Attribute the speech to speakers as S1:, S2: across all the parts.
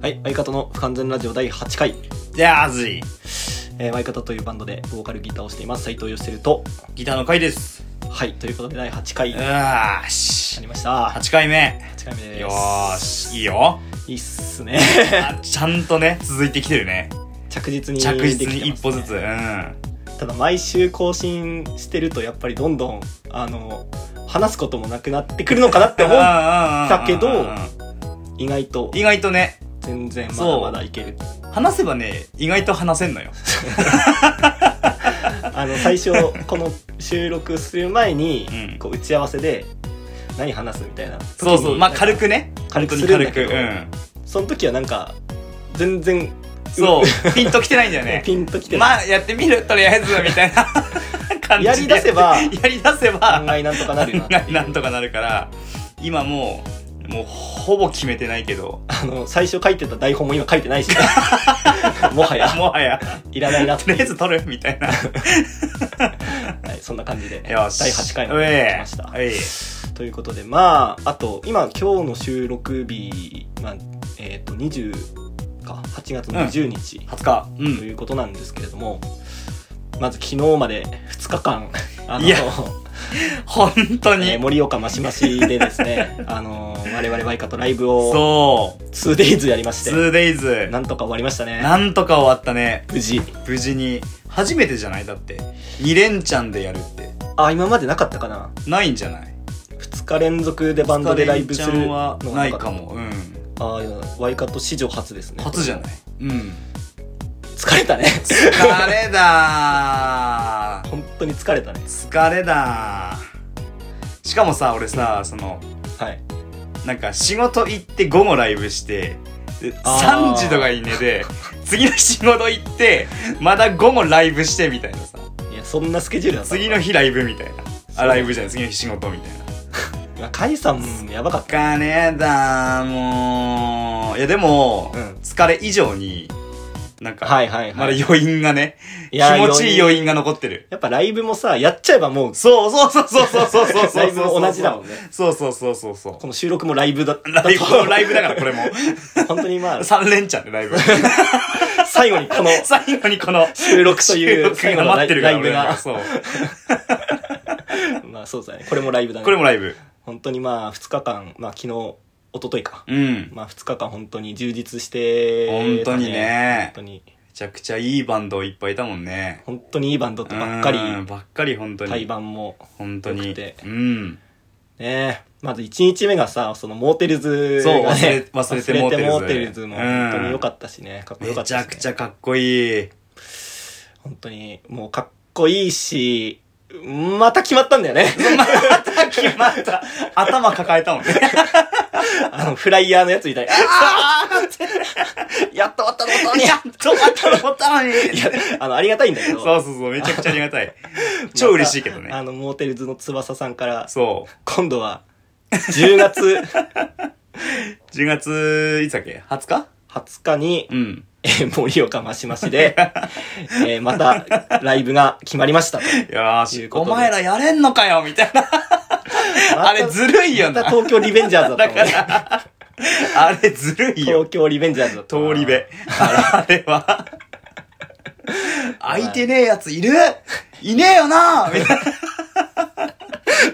S1: はい、相方の不完全ラジオ第8回、
S2: ジャーズイ
S1: えー、相方というバンドでボーカルギターをしています、斉藤義輝と。
S2: ギターの回です。
S1: はい、ということで第8回
S2: よ
S1: にな
S2: ーし。
S1: りました。
S2: 8回目。
S1: 8回目です。
S2: よーし。いいよ。
S1: いいっす ね。
S2: あちゃんとね、続いてきてるね。
S1: 着実に
S2: 着実
S1: できて
S2: に
S1: ますね
S2: 一歩ずつ。うん。
S1: ただ毎週更新してるとやっぱりどんどんあの話すこともなくなってくるのかなって 思う
S2: だ
S1: だけど意外と
S2: 意外とね、
S1: 全然まだ
S2: そう
S1: まだいける
S2: 話せばね、意外と話せんのよ。
S1: あの最初この収録する前に
S2: うん
S1: こう打ち合わせで何話すみたいな
S2: そうそう。まあ、軽
S1: く
S2: くね。
S1: 軽く
S2: 本
S1: す
S2: 当に
S1: るんだ
S2: 軽く。
S1: け
S2: う
S1: ど、
S2: ん。
S1: その時はなんか全然
S2: そう。ピンときてないんだよね。
S1: ピンときてない
S2: まあ、やってみる、とりあえず、みたいな感じで。
S1: やり出せば
S2: やり出せば。
S1: 案外なんとかなるなって
S2: 案外なんとかなるから今もうもうほぼ決めてないけど
S1: あの最初書いてた台本も今書いて ないしもはや
S2: もはや
S1: いらないなって
S2: とりあえず撮るみた いな
S1: はい、そんな感じで第
S2: よし
S1: 8回ま
S2: う
S1: で
S2: え
S1: 来ました
S2: うえ
S1: ということでまああと今今日の収録日、まあえっと20か8月の20日、
S2: 20日う
S1: と
S2: ん
S1: いうことなんですけれどもまず昨日まで2日間あの
S2: いや本当に、
S1: えー盛岡マシマシでですねあの我々ワイカとライブを
S2: そう
S1: 2days やりまして
S2: 2days
S1: なんとか終わりましたね
S2: なんとか終わったね
S1: 無事
S2: 無事に初めてじゃないだって2連チャンでやるって
S1: あ今までなかったかな
S2: ないんじゃない
S1: 2日連続でバンドでライブす
S2: 二日連
S1: る
S2: チャン
S1: のは
S2: はないか
S1: も
S2: もうん
S1: あーいやワイカと史上初ですね
S2: 初じゃないうん
S1: 疲れたね
S2: 疲れだー
S1: 本当に疲れたね
S2: 疲れだーしかもさ俺さその
S1: はい
S2: なんか仕事行って午後ライブしてで
S1: あー
S2: 3時とかに寝て次の仕事行ってまだ午後ライブしてみたいなさ
S1: いやそんなスケジュールだった
S2: 次の日ライブみたいな
S1: そう
S2: あライブじゃない次の日仕事みたいな
S1: 日カイさんやばかった
S2: 疲れだーもういやでも、
S1: うん
S2: 疲れ以上になんか、
S1: はいはいはい
S2: まだ余韻がね
S1: い
S2: 気
S1: や
S2: 持ちいい
S1: 余
S2: 余韻が残ってる
S1: やっぱライブもさやっちゃえばもう
S2: そうそうそうそうそうそうそう そう
S1: ライブも同じだもんね
S2: そうそうそうそうそう
S1: この収録もライブだ
S2: ライブライブだから
S1: ら
S2: これも
S1: 本当にまあ
S2: 3連チャンでライブ
S1: 最後に この
S2: 最後にこの
S1: 収録という
S2: 収録が待ってるから
S1: ライブが
S2: 俺らそう
S1: まあそうだねこれもライブだね
S2: これもライブ
S1: 本当にまあ2日間まあ昨日一昨日か
S2: うんめ
S1: まあ2日間本当に充実してた
S2: 本当にね
S1: 本当に
S2: ちゃくちゃいいバンドいっぱいいたもんね
S1: 本当にいいバンドってばっかり
S2: うんばっかり本当に
S1: 対バンも
S2: 本当
S1: 良く
S2: に
S1: て
S2: うん
S1: ねえまず1日目がさそのモーテルズが、ね、
S2: そう忘れ忘れてモーテルズ
S1: 忘れも本当に良かったしね、かっこよ
S2: め
S1: かっ
S2: ち
S1: たし、ね、
S2: ゃくちゃかっこいい
S1: 本当にもうかっこいいしまた決まったんだよね
S2: また決まった頭抱えたもんね
S1: あのフライヤーのやつみたいな
S2: あーって
S1: やっと終わったの本当に
S2: やっと頭持ったのに
S1: いやあのありがたいんだけど
S2: そうそうそうめちゃくちゃありが たい超嬉しいけど
S1: あ
S2: ね
S1: のモーテルズの翼さんから
S2: そ
S1: 今度は10月
S2: う10月いつだっけ20日
S1: 20日 に、
S2: うん
S1: えー盛岡マシマシ で、えーまたライブが決まりましたと
S2: いやー
S1: とい
S2: し
S1: うこと
S2: お
S1: で
S2: 前らやれんのかよみたいな
S1: また
S2: あれずるいよ
S1: ま
S2: な
S1: た東京リベンジャーズだったもんね
S2: あれずるいよ。
S1: 東京リベンジャーズだったな
S2: 通り部。あれは。空いてねえやついるいねえよなみたいな。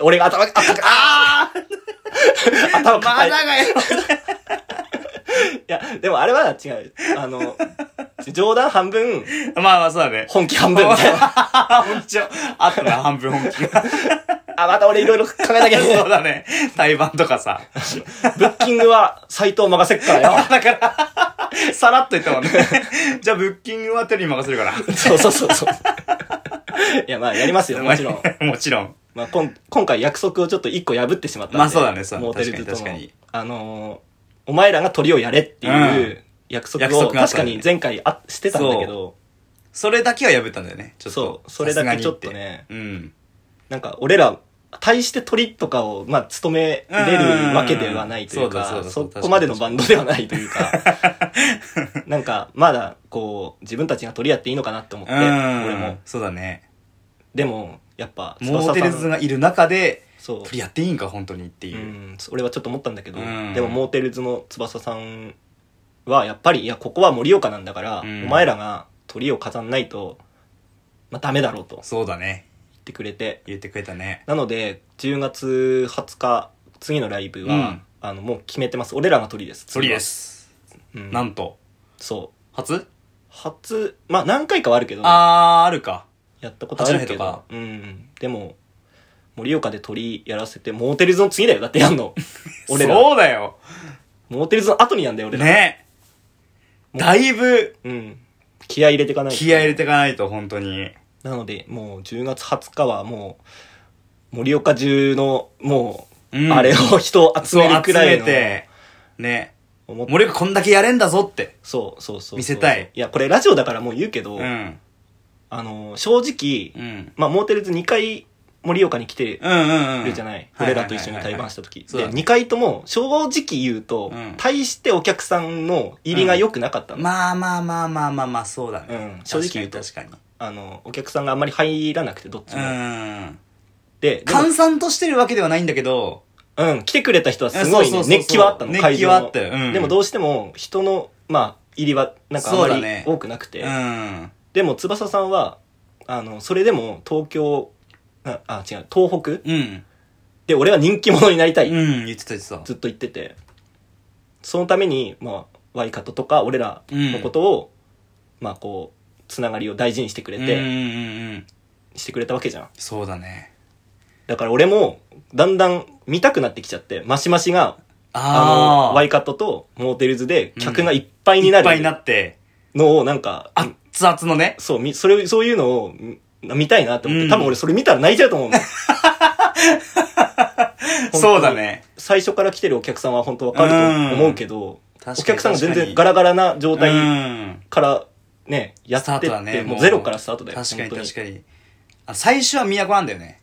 S1: 俺が頭頭
S2: あ
S1: 頭
S2: まだ
S1: 抱えて
S2: がよ。
S1: いやでもあれは違うあの冗談半分
S2: まあまあそうだね。
S1: 本気半分みたいな
S2: 本気をあったな、半分本気が。
S1: あまた俺いろいろ考えなきゃいけない
S2: そうだね。対バンとかさ。
S1: ブッキングは斎藤任せっからよ
S2: だから、さらっと言ったもんね。じゃあブッキングはテレビ任せるから。
S1: そうそうそうそういやまあやりますよもちろん、。
S2: もちろん。
S1: まあ、こん今回約束をちょっと一個破ってしまったんで
S2: まあそうだねそうだね
S1: モーテルズと
S2: 確かに
S1: の
S2: 確かに
S1: あのーお前らが鳥をやれっていうう約束
S2: 約
S1: を、
S2: 束があっ
S1: 確
S2: た
S1: か
S2: んだ
S1: に
S2: よね
S1: 前回あしてたんだけど
S2: それだけは破ったんだよね。ちょっと
S1: そ。うそれだけ
S2: さすがに
S1: ちょっとね
S2: ってうん。
S1: なんか俺ら対して鳥とかを、まあ、務めれるわけではないという
S2: うんうん
S1: か
S2: うんそ
S1: そう
S2: だそうだそう
S1: こまでのバンドではないというか なんかまだこう自分たちが鳥やっていいのかなって思って
S2: うん。
S1: 俺も
S2: そうだね。
S1: でもやっぱ
S2: モーテルズ
S1: ん
S2: がいる中で、
S1: そう
S2: これやっていいんか、本当にっていうう。
S1: ん俺はちょっと思ったんだけど
S2: うん
S1: でもモーテルズの翼さんはやっぱり、いや、ここは盛岡なんだから、
S2: うん
S1: お前らが鳥を飾んないと、まあ、ダメだろうと言
S2: そうだね。
S1: ってくれて、
S2: 言ってくれたね。
S1: なので、10月20日、次のライブは、
S2: うん
S1: あの、もう決めてます。俺らが鳥です。
S2: 鳥で。す。
S1: うん、
S2: なんと、
S1: そう。
S2: 初
S1: 初、まあ、何回かはあるけど、
S2: あー、あるか。
S1: やったことある
S2: 初
S1: け
S2: めてか
S1: ど、うん。でも、盛岡で鳥やらせて、モーテルズの次だよ。だってやん の。俺ら。
S2: そうだよ。
S1: モーテルズの後にやんだよ、俺ら。
S2: ね。だいぶ
S1: うん。気合い入れていかないと
S2: 気合い入れていかないと、本当に。
S1: なので、もう10月20日はもう、盛岡中の、もう、
S2: うん
S1: あれを人を集
S2: そう
S1: めるく
S2: 集
S1: らい
S2: め
S1: の、
S2: て、ね。
S1: 思っ
S2: 森岡こんだけやれんだぞって。
S1: そうそうそうそう。
S2: 見せたい
S1: いや、これラジオだからもう言うけど、
S2: うん。
S1: あの、正直、
S2: うん。
S1: まあ、モーテルズ2回盛岡に来て
S2: うんうんうん。
S1: るじゃない。
S2: ははは
S1: 俺らと一緒に対バンした時。
S2: そうだ
S1: で、
S2: ね
S1: 2回とも、正直言うと、
S2: うん
S1: 対してお客さんの入りが良くなかったの。
S2: まあまあまあまあまあまあ、そうだね。
S1: うん正直言うと
S2: 確かに。確
S1: あの、お客さんがあんまり入らなくて、どっちも。
S2: かにうん。
S1: で、でも
S2: 閑散としてるわけではないんだけど、
S1: うん、来てくれた人はすごい
S2: そうそうそう
S1: ね、
S2: そう
S1: 熱気はあったの、
S2: 熱気
S1: 会場
S2: は
S1: の
S2: あったようん
S1: でもどうしても、人の、まあ、入りは、なんかあ
S2: そうだ
S1: んま
S2: ね
S1: り多くなくて。
S2: うん。
S1: でも、翼さんは、あの、それでも、東京、あ、あ違う、東北
S2: うん。
S1: で、俺は人気者になりたい。
S2: うん、言ってた言ってた。
S1: ずっと言ってて。そのために、まあ、ワイカトとか、俺らのことを、まあ、こう、つながりを大事にしてくれ
S2: うん
S1: て、
S2: うんうん。
S1: してくれたわけじゃん。
S2: そうだね。
S1: だから俺も、だんだん見たくなってきちゃって、マシマシが、あ
S2: あ
S1: の、
S2: あ、
S1: ワイカットとモーテルズで客がいっぱいに
S2: い
S1: な
S2: っぱいにな
S1: る
S2: って、
S1: のをなんか、
S2: 熱々のね。
S1: そう、み、それ、そういうのをん見たいなと思っ
S2: う
S1: て、
S2: ん
S1: 多分俺それ見たら泣いちゃうと思 うの。当に
S2: そうだね。
S1: 最初から来てるお客さんは本当わかると思うけど、お
S2: 確かに
S1: 客さんが全
S2: 確か
S1: 然
S2: に
S1: ガラガラな状
S2: う
S1: 態
S2: ん。
S1: からね、や
S2: ス
S1: っ
S2: ター
S1: て
S2: ト
S1: っ
S2: だ
S1: て、
S2: ね。
S1: もうゼロからスタートだよ。
S2: 確かに
S1: 本当
S2: 確かに。あ最初は都なんだよね。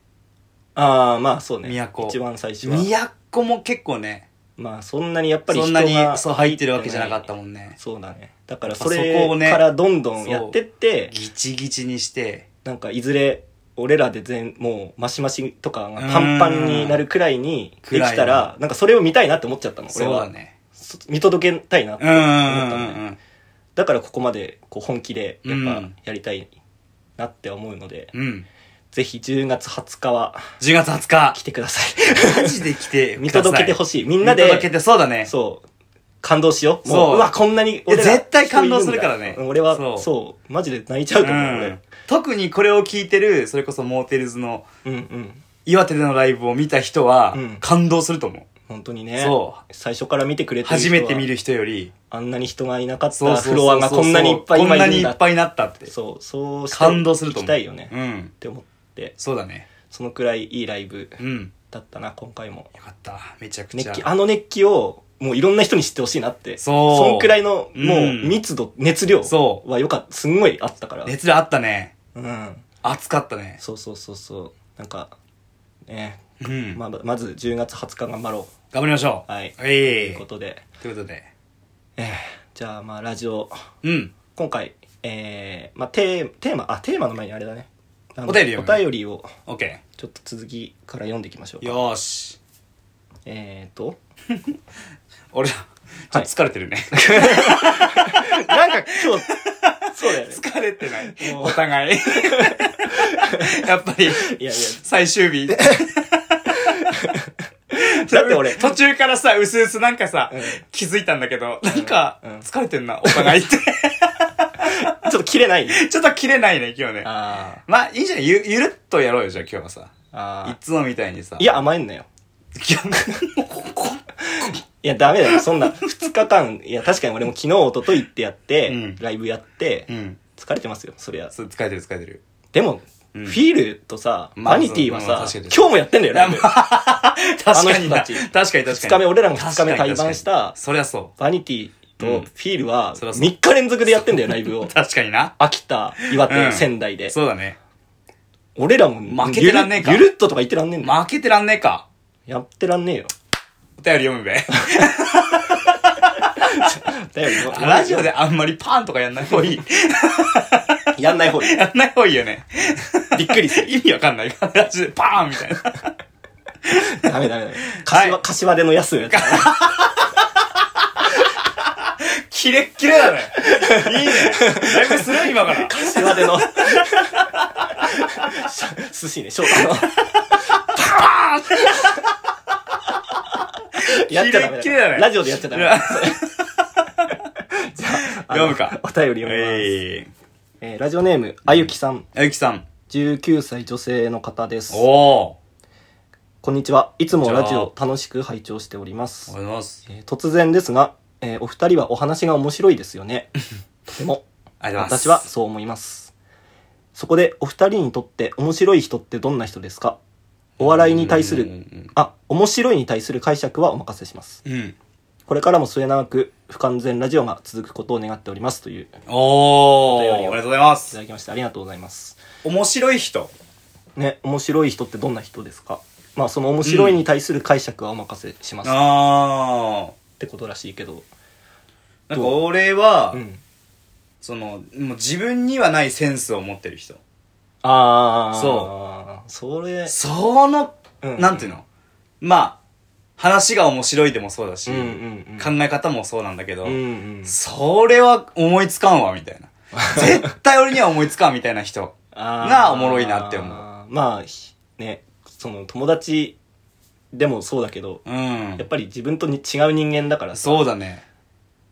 S1: ああ、まあそうね。
S2: 都
S1: 一番最初は。
S2: 都も結構ね、
S1: まあそんなにやっぱり
S2: そ
S1: 人
S2: んなに
S1: が
S2: そう入ってるわけじゃなかったもんね。
S1: そうだね。だから
S2: まあ
S1: そ
S2: そ
S1: れ
S2: こをね
S1: からどんどんやってって、
S2: ギチギチにして、
S1: なんかいずれ俺らで全もうマシマシとかがパンパンになるくらいに
S2: うん
S1: できた
S2: くら
S1: らなんかそれを見たいなって思っちゃったの俺
S2: そうだ
S1: は、
S2: ね。
S1: そ見届けたいなって
S2: うん
S1: 思
S2: う
S1: っ
S2: ん
S1: た
S2: うんん
S1: で
S2: うん。
S1: だからここまでこう本気でやっ
S2: う
S1: ぱ
S2: ん
S1: やりたいなって思うので、
S2: うん。
S1: ぜひ10月20日は
S2: 10月20日
S1: 来。てくださ
S2: マジで来て
S1: い見届けてほ
S2: しい。
S1: しいみ
S2: み
S1: んな
S2: 見届け
S1: で
S2: て、そうだね。
S1: そう感動しようもう
S2: そう
S1: うわこんなに俺ら
S2: いや絶対感動
S1: 人いんだ
S2: するからね
S1: うん俺は
S2: そ
S1: そううマジで泣いちゃうと思う、
S2: うん
S1: 俺
S2: 特にこれを聞いてる、それこそモーテルズの
S1: うんうん
S2: 岩手でのライブを見た人は
S1: うん、
S2: 感動すると思う。
S1: 本当にね
S2: そう
S1: 最初から見てくれてる人
S2: 初
S1: は
S2: めて見る人より、
S1: あんなに人がいなかっ
S2: そう
S1: た
S2: そうそう
S1: フロアがこんなにいっぱい
S2: こん
S1: 今
S2: ないに
S1: るん
S2: い
S1: だ
S2: っぱいになったって。
S1: そうそうして
S2: 感動すると思
S1: 行き
S2: う。
S1: たいよね、
S2: う
S1: っ
S2: ん。
S1: て思って
S2: そうだね。
S1: そのくらいいいライブ
S2: うん。
S1: だったな今回も
S2: よかった。めちゃくち
S1: 熱
S2: ゃ。
S1: 気あの熱気をもういろんな人に知ってほしいなって
S2: そう
S1: そんくらいの
S2: うん
S1: もう密度、熱量
S2: そ
S1: はよかったすんごいあったから
S2: 熱量あったね。
S1: うん
S2: 熱かったね。
S1: そうそうそうそうなんかね
S2: うん。
S1: まあ、まず10月20日頑張ろ
S2: 頑張りましょう。
S1: はいうと
S2: え
S1: いう
S2: え
S1: ことで、
S2: ということで。
S1: えーじゃあまあラジオ
S2: うん。
S1: 今回、えーまあ、テーテーマあテーマの前にあれだねあの
S2: お便りを
S1: お便りを
S2: OK。
S1: ちょっと続きから読んでいきましょうか
S2: よーし。
S1: えーと
S2: 俺ら、ちょっと疲れてるね。
S1: なんか今日 そうだよね
S2: 疲れてない。
S1: もう
S2: お互い。 やっぱり、
S1: いや
S2: 最終日。 だ
S1: って俺
S2: 途中からさ、うすうすなんかさ、
S1: うん
S2: 気づいたんだけど、なんか、
S1: うん
S2: 疲れてんな、お互い って。
S1: ちょっと切れない
S2: ちょっと切れないね、今日ね。
S1: あ
S2: まあ、いいじゃん。ゆ、ゆるっとやろうよ、じゃあ今日はさ。い
S1: あ
S2: つもみたいにさ。
S1: いや甘えんなよ
S2: いや、
S1: いやダメだよそんな2日間いや確かに俺も昨日一昨日ってやって、
S2: うん
S1: ライブやって、
S2: うん。
S1: 疲れてますよそりゃ
S2: そう、疲れてる疲れてる。
S1: でも、
S2: うん
S1: フィールとさ、
S2: まあ
S1: マニティは
S2: まあ
S1: さ、
S2: 確かに
S1: 今日もやってんだよライ ブ
S2: 確かに
S1: あの
S2: な。
S1: 人
S2: 確
S1: たち
S2: かに確かに。
S1: 二日目俺らが二日目対バンした
S2: 確かに確かにそりゃそ
S1: バニティ
S2: うん
S1: とフィールは
S2: そりゃそう
S1: 3日連続でやってんだよ、ライブを
S2: う。。確かにな。
S1: 秋田、岩手、
S2: うん
S1: 仙台で。
S2: そうだね。
S1: 俺らも
S2: 負けてらんねえか
S1: ゆるゆるっととか言ってらんねえんだよ。
S2: 負けてらんねえか。
S1: やってらんねえよ。
S2: お便り読むべ。
S1: だよ
S2: ラジオであんまりパンとかやんない方 がいい。
S1: やんない方がいい
S2: やんない方がいいよね。
S1: びっくりする。
S2: 意味わかんないから。ラジオでパーンみたいな。
S1: ダメダメダメ。柏、
S2: はい
S1: 柏での安いやつ。
S2: 昨キレッキレだね。 いいね。ライブする今から。
S1: 柏で の寿司ね翔太のパーンやっちゃダメ
S2: キレッキレだ
S1: だ
S2: ね
S1: ラジオでやっちゃダメだじゃああの
S2: 読むか
S1: お便り読みます、
S2: え
S1: えーラジオネームあゆきさん
S2: ー、あゆきさん。
S1: 19歳女性の方です
S2: おー。
S1: こんにちはいつもラジオ楽しく拝聴しております
S2: おはようございます。
S1: えー突然ですが、えーお二人はお話が面白いですよ ねとても
S2: ありがとうございます。
S1: 私はそう思いますそこでお二人にとって面白い人ってどんな人ですかお笑いに対す
S2: うんう
S1: る
S2: ん
S1: あ面白いに対する解釈はお任せします
S2: うん。うん。
S1: これからも末永く不完全ラジオが続くことを願っておりますというい
S2: おー。
S1: お便
S2: あ
S1: り
S2: り
S1: を
S2: がとうございま
S1: た
S2: す。
S1: だきましてありがとうございます
S2: 面白い人。
S1: ね面白い人ってどんな人ですかまあその面白いに対する解釈はお任せしますっ
S2: あ
S1: てことらしいけど
S2: ー。なんか俺は、
S1: うん
S2: その、もう自分にはないセンスを持ってる人。
S1: ああ
S2: そう
S1: それ
S2: その、
S1: うん
S2: なんていうのまあ、話が面白いでもそうだし、
S1: うんうんうん
S2: 考え方もそうなんだけど、
S1: うんうん
S2: それは思いつかんわ、みたい な。絶対俺には思いつかん、みたいな人。
S1: あー
S2: がおもろいなって思
S1: まあひねその友達でもそうだけど
S2: うん
S1: やっ。ぱり自分とに違う人間だからさ
S2: そうだね。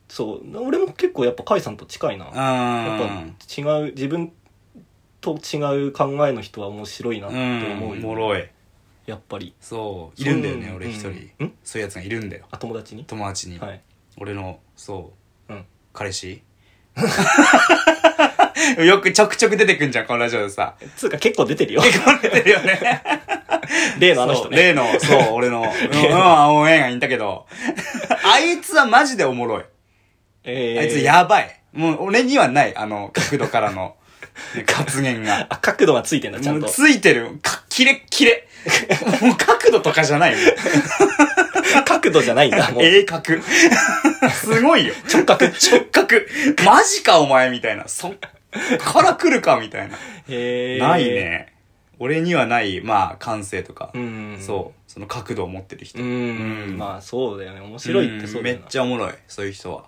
S1: そう俺も結構やっぱ甲斐さんと近いな
S2: うん。
S1: やっぱ違う自分と違う考えの人は面白いなっ
S2: う
S1: て
S2: ん。
S1: 思
S2: お
S1: う
S2: も
S1: よ
S2: ろい。
S1: やっぱり
S2: そう。いるんだよね、
S1: そう
S2: 俺一人。
S1: うんん
S2: そういうやつがいるんだよ。
S1: あ友達に
S2: 友達に。
S1: はい
S2: 俺の、そう。
S1: うん
S2: 彼氏 よくちょくちょく出てくんじゃん、このラジオ でさ。
S1: つうか結構出て るよ
S2: 結構出てるよね。
S1: 例のあの人
S2: そう
S1: ね
S2: 例の、そう、俺の、うん、うんあ応援がいいんだけど、あいつはマジでおもろい。
S1: えー
S2: あいつやばい。もう俺にはない、あの、角度か らのね発言が。
S1: あ角度がついてんだちゃ
S2: も
S1: ん
S2: う
S1: と
S2: ついてる。か、キレッキレ。 もう角度とかじゃないよ。
S1: 角度じゃないんだもう
S2: 鋭角。 すごいよ。
S1: 直角
S2: 直角。マジかお前みたいな。そっから来るかみたいな。
S1: えー
S2: ないね。俺にはない、まあ、感性とか。
S1: うん
S2: そう。その角度を持ってる人。
S1: うん
S2: うん
S1: まあそうだよね面白いってそうだよ
S2: ん
S1: な
S2: めっちゃおもろいそういう人は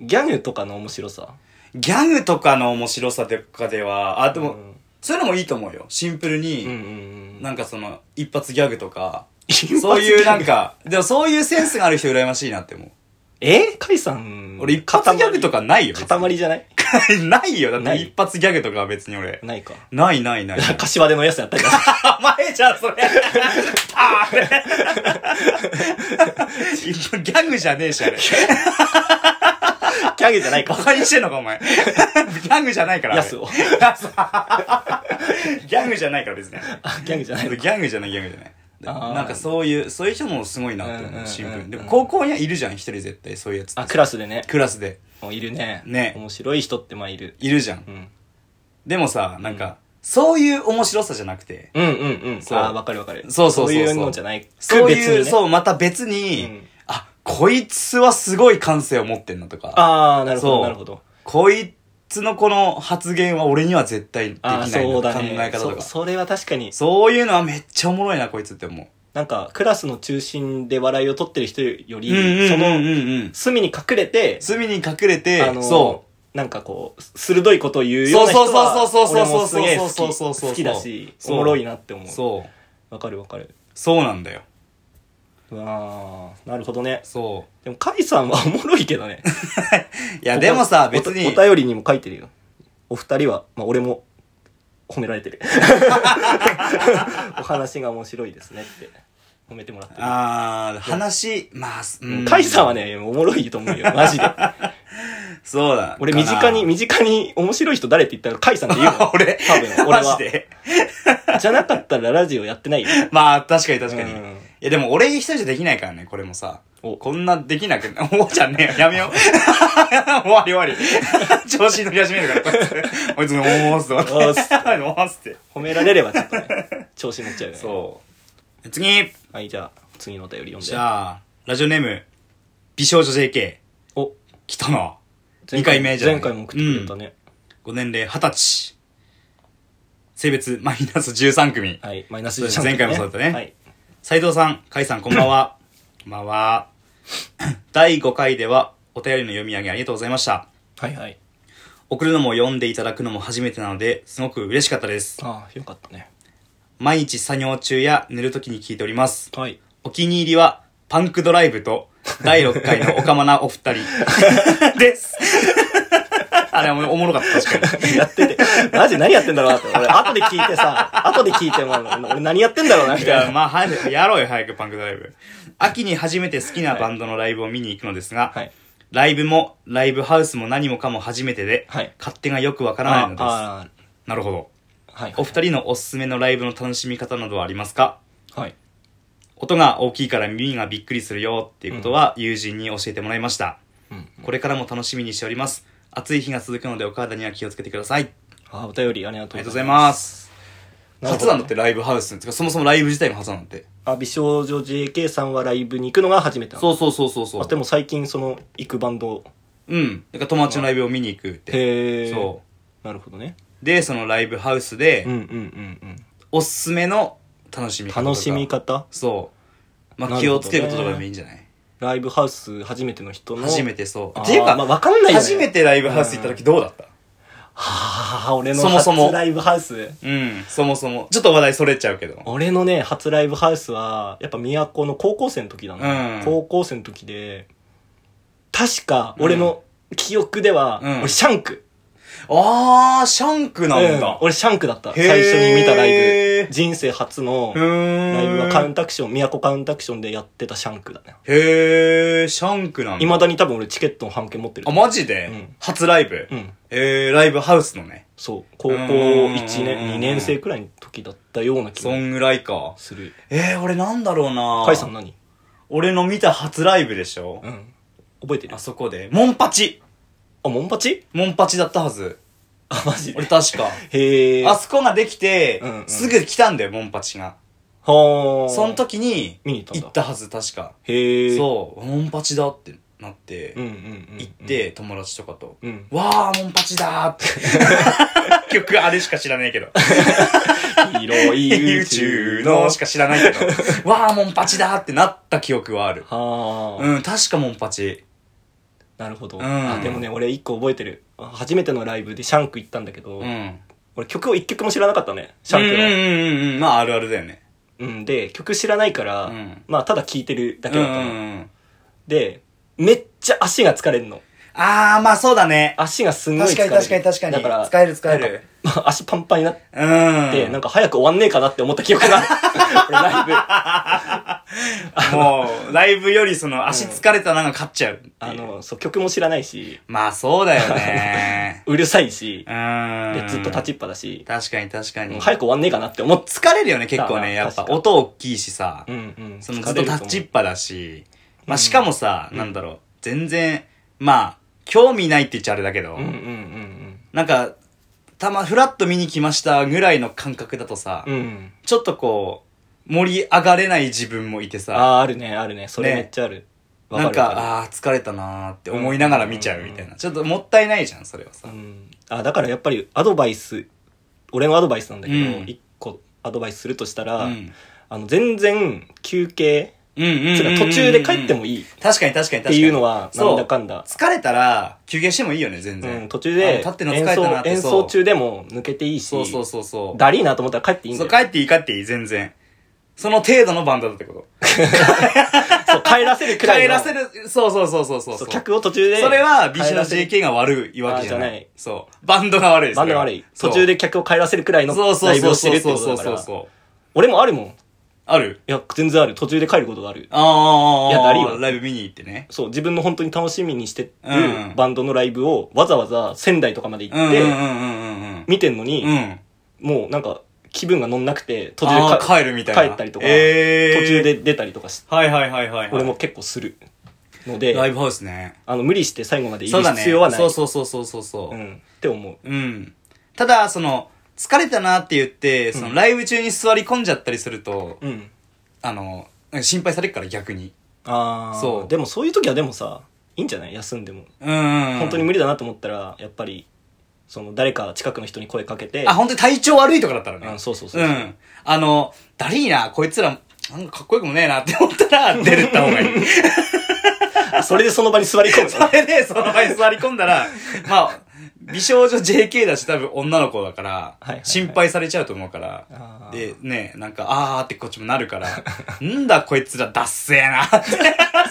S1: ギャグとかの面白さ
S2: ギャグとかの面白さとかではあでも、
S1: うん
S2: そういうのもいいと思うよシンプルに、
S1: うんうんうん
S2: なんかその一発ギャグとか
S1: 一発ギャグ
S2: そういうなんかでもそういうセンスがある人羨ましいなって思う
S1: えカイさん
S2: 俺一発ギャグとかないよ
S1: 塊塊じゃない
S2: 別にないよだっ
S1: な
S2: て
S1: い
S2: 一発ギャグとかは別に俺
S1: ないか
S2: ないないない
S1: 柏でのやつや ったりだ
S2: あ前じゃんそれああれギャグじゃねえしあれ
S1: ギャグじゃない
S2: バ
S1: か
S2: カにしてんのかお前ギャグじゃないからあ
S1: や
S2: れ
S1: すを
S2: ギャグじゃないから別に。
S1: あ ギャグじゃない
S2: ギ
S1: のか
S2: ャグじゃないギャグじゃない。
S1: あー
S2: なんかそういう、そういう人もすごいなって
S1: うんうんう
S2: 思
S1: ん
S2: う、シンプルに。でも高校にはいるじゃん、一人絶対、そういうやつ。
S1: あクラスでね
S2: クラスで。
S1: もういるね
S2: ね
S1: 面白い人ってまあいる
S2: いるじゃん
S1: う。ん
S2: でもさ、なんか、そういう面白さじゃなくて、
S1: うんうんうん
S2: そう
S1: あーわかるわかる
S2: そうそうそうそう
S1: いうのじゃない
S2: そう
S1: 別に
S2: いう、
S1: ね
S2: そう、また別に、
S1: うん
S2: あ、こいつはすごい感性を持ってんなとか、
S1: ああなるほ
S2: そう
S1: どなるほど
S2: こいつのこの発言は俺には絶対できない
S1: あ
S2: な
S1: あ
S2: と
S1: そう
S2: か
S1: だ
S2: 考
S1: ね
S2: え方と
S1: そ
S2: か。
S1: それは確かに
S2: そういうのはめっちゃおもろいな、こいつって思う。
S1: なんかクラスの中心で笑いを取ってる人よ
S2: うんうんうん
S1: りその
S2: うんうん。
S1: 隅に隠れて
S2: 隅に隠れて、
S1: あの
S2: そう。
S1: なんかこう鋭いことを言うような人は
S2: そうそうそ
S1: 俺
S2: うそうそう
S1: もす
S2: そう
S1: げ
S2: そうそう
S1: え
S2: そうそうそうそう
S1: 好き好きだし
S2: そ
S1: お
S2: う
S1: もろいなって思う
S2: そう。
S1: わかるわかる
S2: そうなんだよ。
S1: うわーなるほどね
S2: そ
S1: でも甲斐さんはおもろいけどね
S2: う。いや、でもさ、
S1: こ
S2: 別
S1: こ
S2: に。
S1: おお便りにも書いてるよお二人は、まあ、俺も褒められ てるお話が面白いですねって褒めてもらってる
S2: あー、話、まあ、うん
S1: 甲斐さんは。ねおもろいと思うよマジで
S2: そうだ。
S1: 俺身近に。身近に面白い人誰って言ったら甲斐さんって言う もん
S2: 俺、
S1: 多分俺
S2: マ
S1: は
S2: ジで。
S1: じゃなかったらラジオやってないよ。
S2: まあ、確かに確かに。
S1: う
S2: い
S1: ん
S2: や、でも俺一人じゃできないからね、これもさ。
S1: お
S2: こんなできなく、 おじゃねえよ。やめよう。終わり終わり。調子に乗り始めるから、こいつ。こいつ、おーすと。お
S1: ーっす
S2: ーすって。
S1: 褒められればちょっとね、調子乗っちゃうよね。
S2: そう。次
S1: はい、じゃあ、次のお便り
S2: じ
S1: 読んで。
S2: ゃあ、ラジオネーム、美少女 JK、
S1: お、
S2: 来たな。
S1: 前
S2: 二回目じゃない
S1: 前回も送ってくれたね。
S2: ご年齢二十歳。性別マイナス13組。
S1: はい、マイナス
S2: そうです
S1: 13
S2: 前回もそうだったね
S1: はい。
S2: 斉藤さん、甲斐さん、こんばんは。こんばんは。第5回では、お便りの読み上げありがとうございました。
S1: はいはい
S2: 送るのも読んでいただくのも初めてなので、すごく嬉しかったです。
S1: ああよかったね
S2: 毎日作業中や寝るときに聞いております。
S1: はい
S2: お気に入りは、パンクドライブと、第6回のオカマなお二人です。 あれ、おもろかった、確かに。
S1: やって てマジ何やってんだろうなって俺後で聞いてさ後で聞いても俺何やってんだろうなみ
S2: い
S1: たい
S2: や、
S1: な
S2: まあ、早くやろうよ、早くパンクドライブ。秋に初めて好きなバンドのライブを見に行くのですが、
S1: はい
S2: ライブも、ライブハウスも何もかも初めてで、
S1: はい
S2: 勝手がよくわからない
S1: あ
S2: のです。
S1: あ
S2: なるほど。
S1: はい
S2: お二人のおすすめのライブの楽しみ方などはありますか
S1: はい
S2: 音が大きいから耳がびっくりするよっていうことは友人に教えてもらいました。
S1: うん
S2: これからも楽しみにしております。暑い日が続くのでお体には気をつけてください。あり
S1: あお便りありがと
S2: が
S1: うご
S2: とうご
S1: ざ
S2: ざ
S1: い
S2: い
S1: ま
S2: ますす。
S1: なるほど
S2: 初なんだってライブハウス。てかそもそもライブ自体も初なんだって。
S1: あ美少女 JK さんはライブに行くのが初めてなの
S2: そうそうそうそうそ
S1: あで
S2: う。
S1: も最近その行くバンド
S2: うん。だから友達のライブを見に行くって。
S1: へえ
S2: そう
S1: なるほどね
S2: う。で、そのライブハウス
S1: うん
S2: で、
S1: うんうんうん
S2: おすすめの楽しみ方とか。
S1: 楽しみ方
S2: そう。まあ
S1: な
S2: 気
S1: るほどね
S2: をつけることとかでもいいんじゃない
S1: ライブハウス初めての人の
S2: 初めてそう。
S1: あー
S2: っていうか、
S1: まあわかんないよね
S2: 初めてライブハウス行った時どうだった
S1: はあ俺の
S2: そもそも
S1: 初ライブハウス
S2: うん、そもそも。ちょっと話題それちゃうけど。
S1: 俺のね初ライブハウスはやっぱ都の高校生の時だな、
S2: うん
S1: 高校生の時で確か俺の記憶では、
S2: うん
S1: 俺シャンク、
S2: あー、シャンクなん
S1: うん
S2: だ。
S1: 俺シャンクだった
S2: へー
S1: 最初に見たライブ人生初の
S2: うーん。
S1: ライブはカウンタクション都カウンタクションでやってたシャンクだね
S2: へー、シャンクなんだ。
S1: いまだに多分俺チケットの半券持ってる
S2: あ、マジで、
S1: うん
S2: 初ライブ、
S1: うん
S2: えー、ライブハウスのね。
S1: そう高校
S2: うーん
S1: 1年2年生くらいの時だったような気
S2: そ
S1: が
S2: んぐらいか。
S1: する
S2: えー、俺なんだろうな
S1: 甲斐さん何
S2: 俺の見た初ライブでしょ、
S1: うん覚えてる
S2: あそこで。モンパチ
S1: あモンパチ
S2: モンパチだったはず。
S1: あマジ
S2: 俺
S1: で
S2: 確か。
S1: へえ
S2: あそこができて、
S1: うんうん
S2: すぐ来たんだよ、モンパチが。
S1: はあ
S2: その時に、
S1: 見に行ったんだ
S2: 行ったはず、確か。
S1: へえ
S2: そう、モンパチだってなって、
S1: うんうんうん
S2: 行って、友達とかと。
S1: うん
S2: わー、モンパチだ ーって。曲あれしか知らないけど。
S1: 広い
S2: 宇宙のしか知らないけど。わー、モンパチだーってなった記憶はある。
S1: はあ、
S2: うん、確かモンパチ。
S1: なるほど、
S2: うん
S1: あでもね俺一個覚えてるあ初めてのライブでシャンク行ったんだけど、
S2: うん。
S1: 俺曲を一曲も知らなかったねシャン
S2: うん
S1: ク
S2: うん
S1: の、
S2: うんうん。まあ、あるあるだよね。
S1: うんで曲知らないから、
S2: うん
S1: まあただ聴いてるだ
S2: う
S1: け
S2: ん
S1: だ
S2: う
S1: ったの、
S2: んうん。
S1: でめっちゃ足が疲れるの
S2: あー、まあそうだね。
S1: 足がすんごい
S2: 確
S1: 疲
S2: か
S1: れ
S2: に
S1: る
S2: 確かに確かに。
S1: だから
S2: 使える使える。
S1: まあ 足パンパンになっ
S2: うん。
S1: て、なんか早く終わんねえかなって思った記憶 が俺ライブ
S2: もう、ライブよりその足疲れたなんか勝っちゃうっていう。
S1: あのそう曲も知らないし。
S2: まあそうだよね
S1: うるさいし
S2: う、ー
S1: で
S2: ん。
S1: ずっと立ちっぱだし、
S2: 確かに確か
S1: も
S2: に。
S1: う早く終わんねえかなって思って
S2: 疲れるよね、結構
S1: だな
S2: ね。やっぱ
S1: 確かに
S2: 音大きいしさ。
S1: んうん
S2: そのずっと立ちっぱだし。まあしかもさ、なんだろう。全然、まあ、興味ないって言っちゃあれだけど、
S1: うんうんうん
S2: なんか、たま、フラッと見に来ましたぐらいの感覚だとさ、
S1: うんうん
S2: ちょっとこう、盛り上がれない自分もいてさ、
S1: ああーあるねあるねそれ
S2: ね
S1: めっちゃある、わ
S2: なん
S1: るわる
S2: か、あー疲れたなーって思いながら見ちゃうみ
S1: うんう
S2: た
S1: ん
S2: い
S1: うん
S2: な。ちょっともったいないじゃん、それはさ
S1: う。ん、あだからやっぱりアドバイス俺のアドバイスなんだけど、
S2: うん
S1: 一個アドバイスするとしたら、
S2: うん
S1: あの全然休憩
S2: うんうんうんうん
S1: つうか途中で帰ってもいいっ
S2: 確かに確かに確
S1: て
S2: かに。
S1: いうのは
S2: そ
S1: なん
S2: う
S1: だかんだ
S2: 疲れたら休憩してもいいよね全
S1: う、
S2: 然、
S1: ん、途中
S2: あの
S1: で
S2: 立ってんの疲
S1: 演
S2: れた
S1: 奏
S2: なって
S1: 演
S2: そう
S1: 奏中でも抜けていいし
S2: そうそうそうそう
S1: だりーなと思ったら帰っていいんだ
S2: そう
S1: よ
S2: 帰っていい帰っていい全然その程度のバンドだってこと
S1: そう帰らせるくらい
S2: 帰
S1: の
S2: らせるそうそうそうそうそ
S1: そ
S2: うそうう
S1: 客を途中で
S2: それは美
S1: 帰
S2: 少女
S1: らせる
S2: JK が悪いわけじゃな
S1: あじ
S2: い
S1: ゃない
S2: そうバンドが悪いです
S1: バンドが悪い
S2: そ
S1: 途
S2: れ
S1: 中
S2: は
S1: で客を帰らせるくらいの
S2: そうそ
S1: ラ
S2: う
S1: イブ
S2: そ
S1: を
S2: う
S1: して
S2: そ
S1: る
S2: う
S1: って
S2: そ
S1: こ
S2: う
S1: と
S2: そう
S1: だか
S2: そう
S1: ら
S2: そう
S1: 俺もあるもんい
S2: ある
S1: や全然ある途中で帰ることがある
S2: ああああああ
S1: いやだりよ
S2: ライブ見に行ってね
S1: そう自分の本当に楽しみにしてる
S2: うん
S1: バンドのライブをわざわざ仙台とかまで行
S2: うんうん
S1: っ
S2: うん
S1: て
S2: うんうん
S1: 見てんのに、
S2: うん
S1: もうなんか気分が乗んなくて途中
S2: あ
S1: で
S2: あ
S1: か
S2: 帰るみたいな
S1: 帰ったりとか
S2: えー
S1: 途中で出たりとかし
S2: はいはいはいはいはい
S1: 俺も結構するの
S2: ライ
S1: で
S2: ブハウスね
S1: あの無理して最後までい
S2: そ
S1: る
S2: うだね
S1: 必要はない、
S2: そうそうそうそうそうそううん
S1: って思う
S2: うん。ただ、その、疲れたなって言って、その、ライブ中に座り込んじゃったりすると、
S1: うん
S2: あの、なんか心配されるから逆に。
S1: ああ
S2: そう
S1: でもそういう時はでもさいいんじゃない休んでも
S2: うんうんうん。
S1: 本当に無理だなと思ったらやっぱりその誰か近くの人に声かけて
S2: あ、本当に体調悪いとかだったらね。
S1: うんそうそうそう
S2: う。
S1: そうん
S2: あの、だりーな、こいつら、なんかかっこよくもねえなって思ったら、出るった方がいい。
S1: それでその場に座り込むの
S2: それで、その場に座り込ん だら、まあ、美少女 JK だし多分女の子だから
S1: はいはいは、い
S2: 心配されちゃうと思うから
S1: あ、
S2: で、ね、なんか、あーってこっちもなる から、んだこいつらダッセーなって、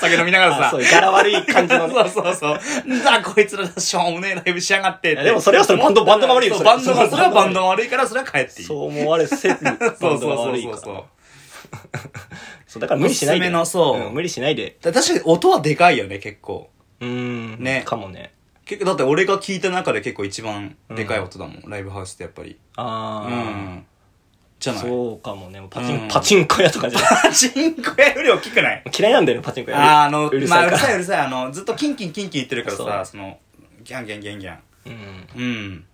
S2: 酒飲みながら
S1: あ
S2: さ
S1: そう、いう柄悪い感じのね
S2: そうそうそう。んだこいつらしょうもねえライブしやがってっ
S1: い
S2: て。
S1: やでもそれはそれバンドバンドが悪いよ
S2: そう
S1: それ
S2: バンドが、それはバンドが悪いから、それは帰っていい。
S1: そう思われせるバン
S2: そう
S1: ド
S2: そう
S1: が
S2: そう
S1: 悪い
S2: そ
S1: か
S2: うそう
S1: ら。そうだから無理しない
S2: おす
S1: です
S2: めのそう
S1: うん無理しないで
S2: だ確かに音はでかいよね、結構。
S1: うーん
S2: ね
S1: かもね
S2: 結構、だって俺が聞いた中で結構一番でかい音だもん、ライブハウスってやっぱり。う
S1: あ
S2: ん。じゃ
S1: あ
S2: ない
S1: そうかもねパチ
S2: うん
S1: ンパチンコ屋とかじゃない
S2: パチンコ屋より大きくない
S1: 嫌いなんだよねパチンコ屋
S2: あーあの、
S1: うる
S2: まあ
S1: さ
S2: う
S1: い
S2: る
S1: か
S2: さい
S1: ら
S2: うるさい。あの、ずっとキンキンキンキン言ってるから
S1: そ
S2: さ、
S1: う
S2: その、ギャンギャンギャンギャン。
S1: うん
S2: うん。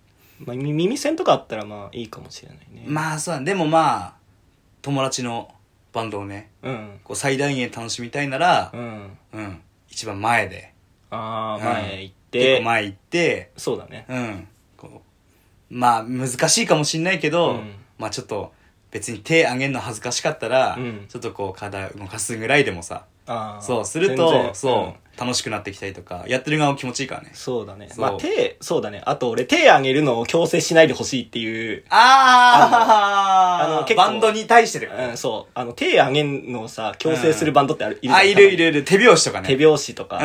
S1: まあみ耳栓とかあったらまあいいかもしれないね
S2: まあそうだね。でもまあ、友達のバンドをね、
S1: うん
S2: こう最大限楽しみたいなら
S1: う、ん
S2: うん。一番前で。
S1: あ
S2: うん
S1: あ前行っ
S2: 結構
S1: て
S2: 前行って、
S1: そうだね
S2: うん。こう、まあ難しいかもしんないけど、
S1: うん
S2: まあちょっと、別に手あげんの恥ずかしかったら、
S1: うん
S2: ちょっとこう体動かすぐらいでもさ、
S1: ああ
S2: そうする
S1: 全
S2: と
S1: 然
S2: そ
S1: ん
S2: う、楽しくなってきたりとかやってる側も気持ちいいからね
S1: そうだね
S2: そう
S1: まあ手そうだねあと俺手上げるのを強制しないでほしいっていう
S2: あ
S1: あの
S2: ー
S1: あの結構
S2: バンドに対してで、
S1: うん、そう。あの、手上げんのをさ、強制するバンドってある、いるじゃん
S2: あいるい。るいる手拍子とか
S1: 多
S2: ね
S1: 分手拍子とか。
S2: う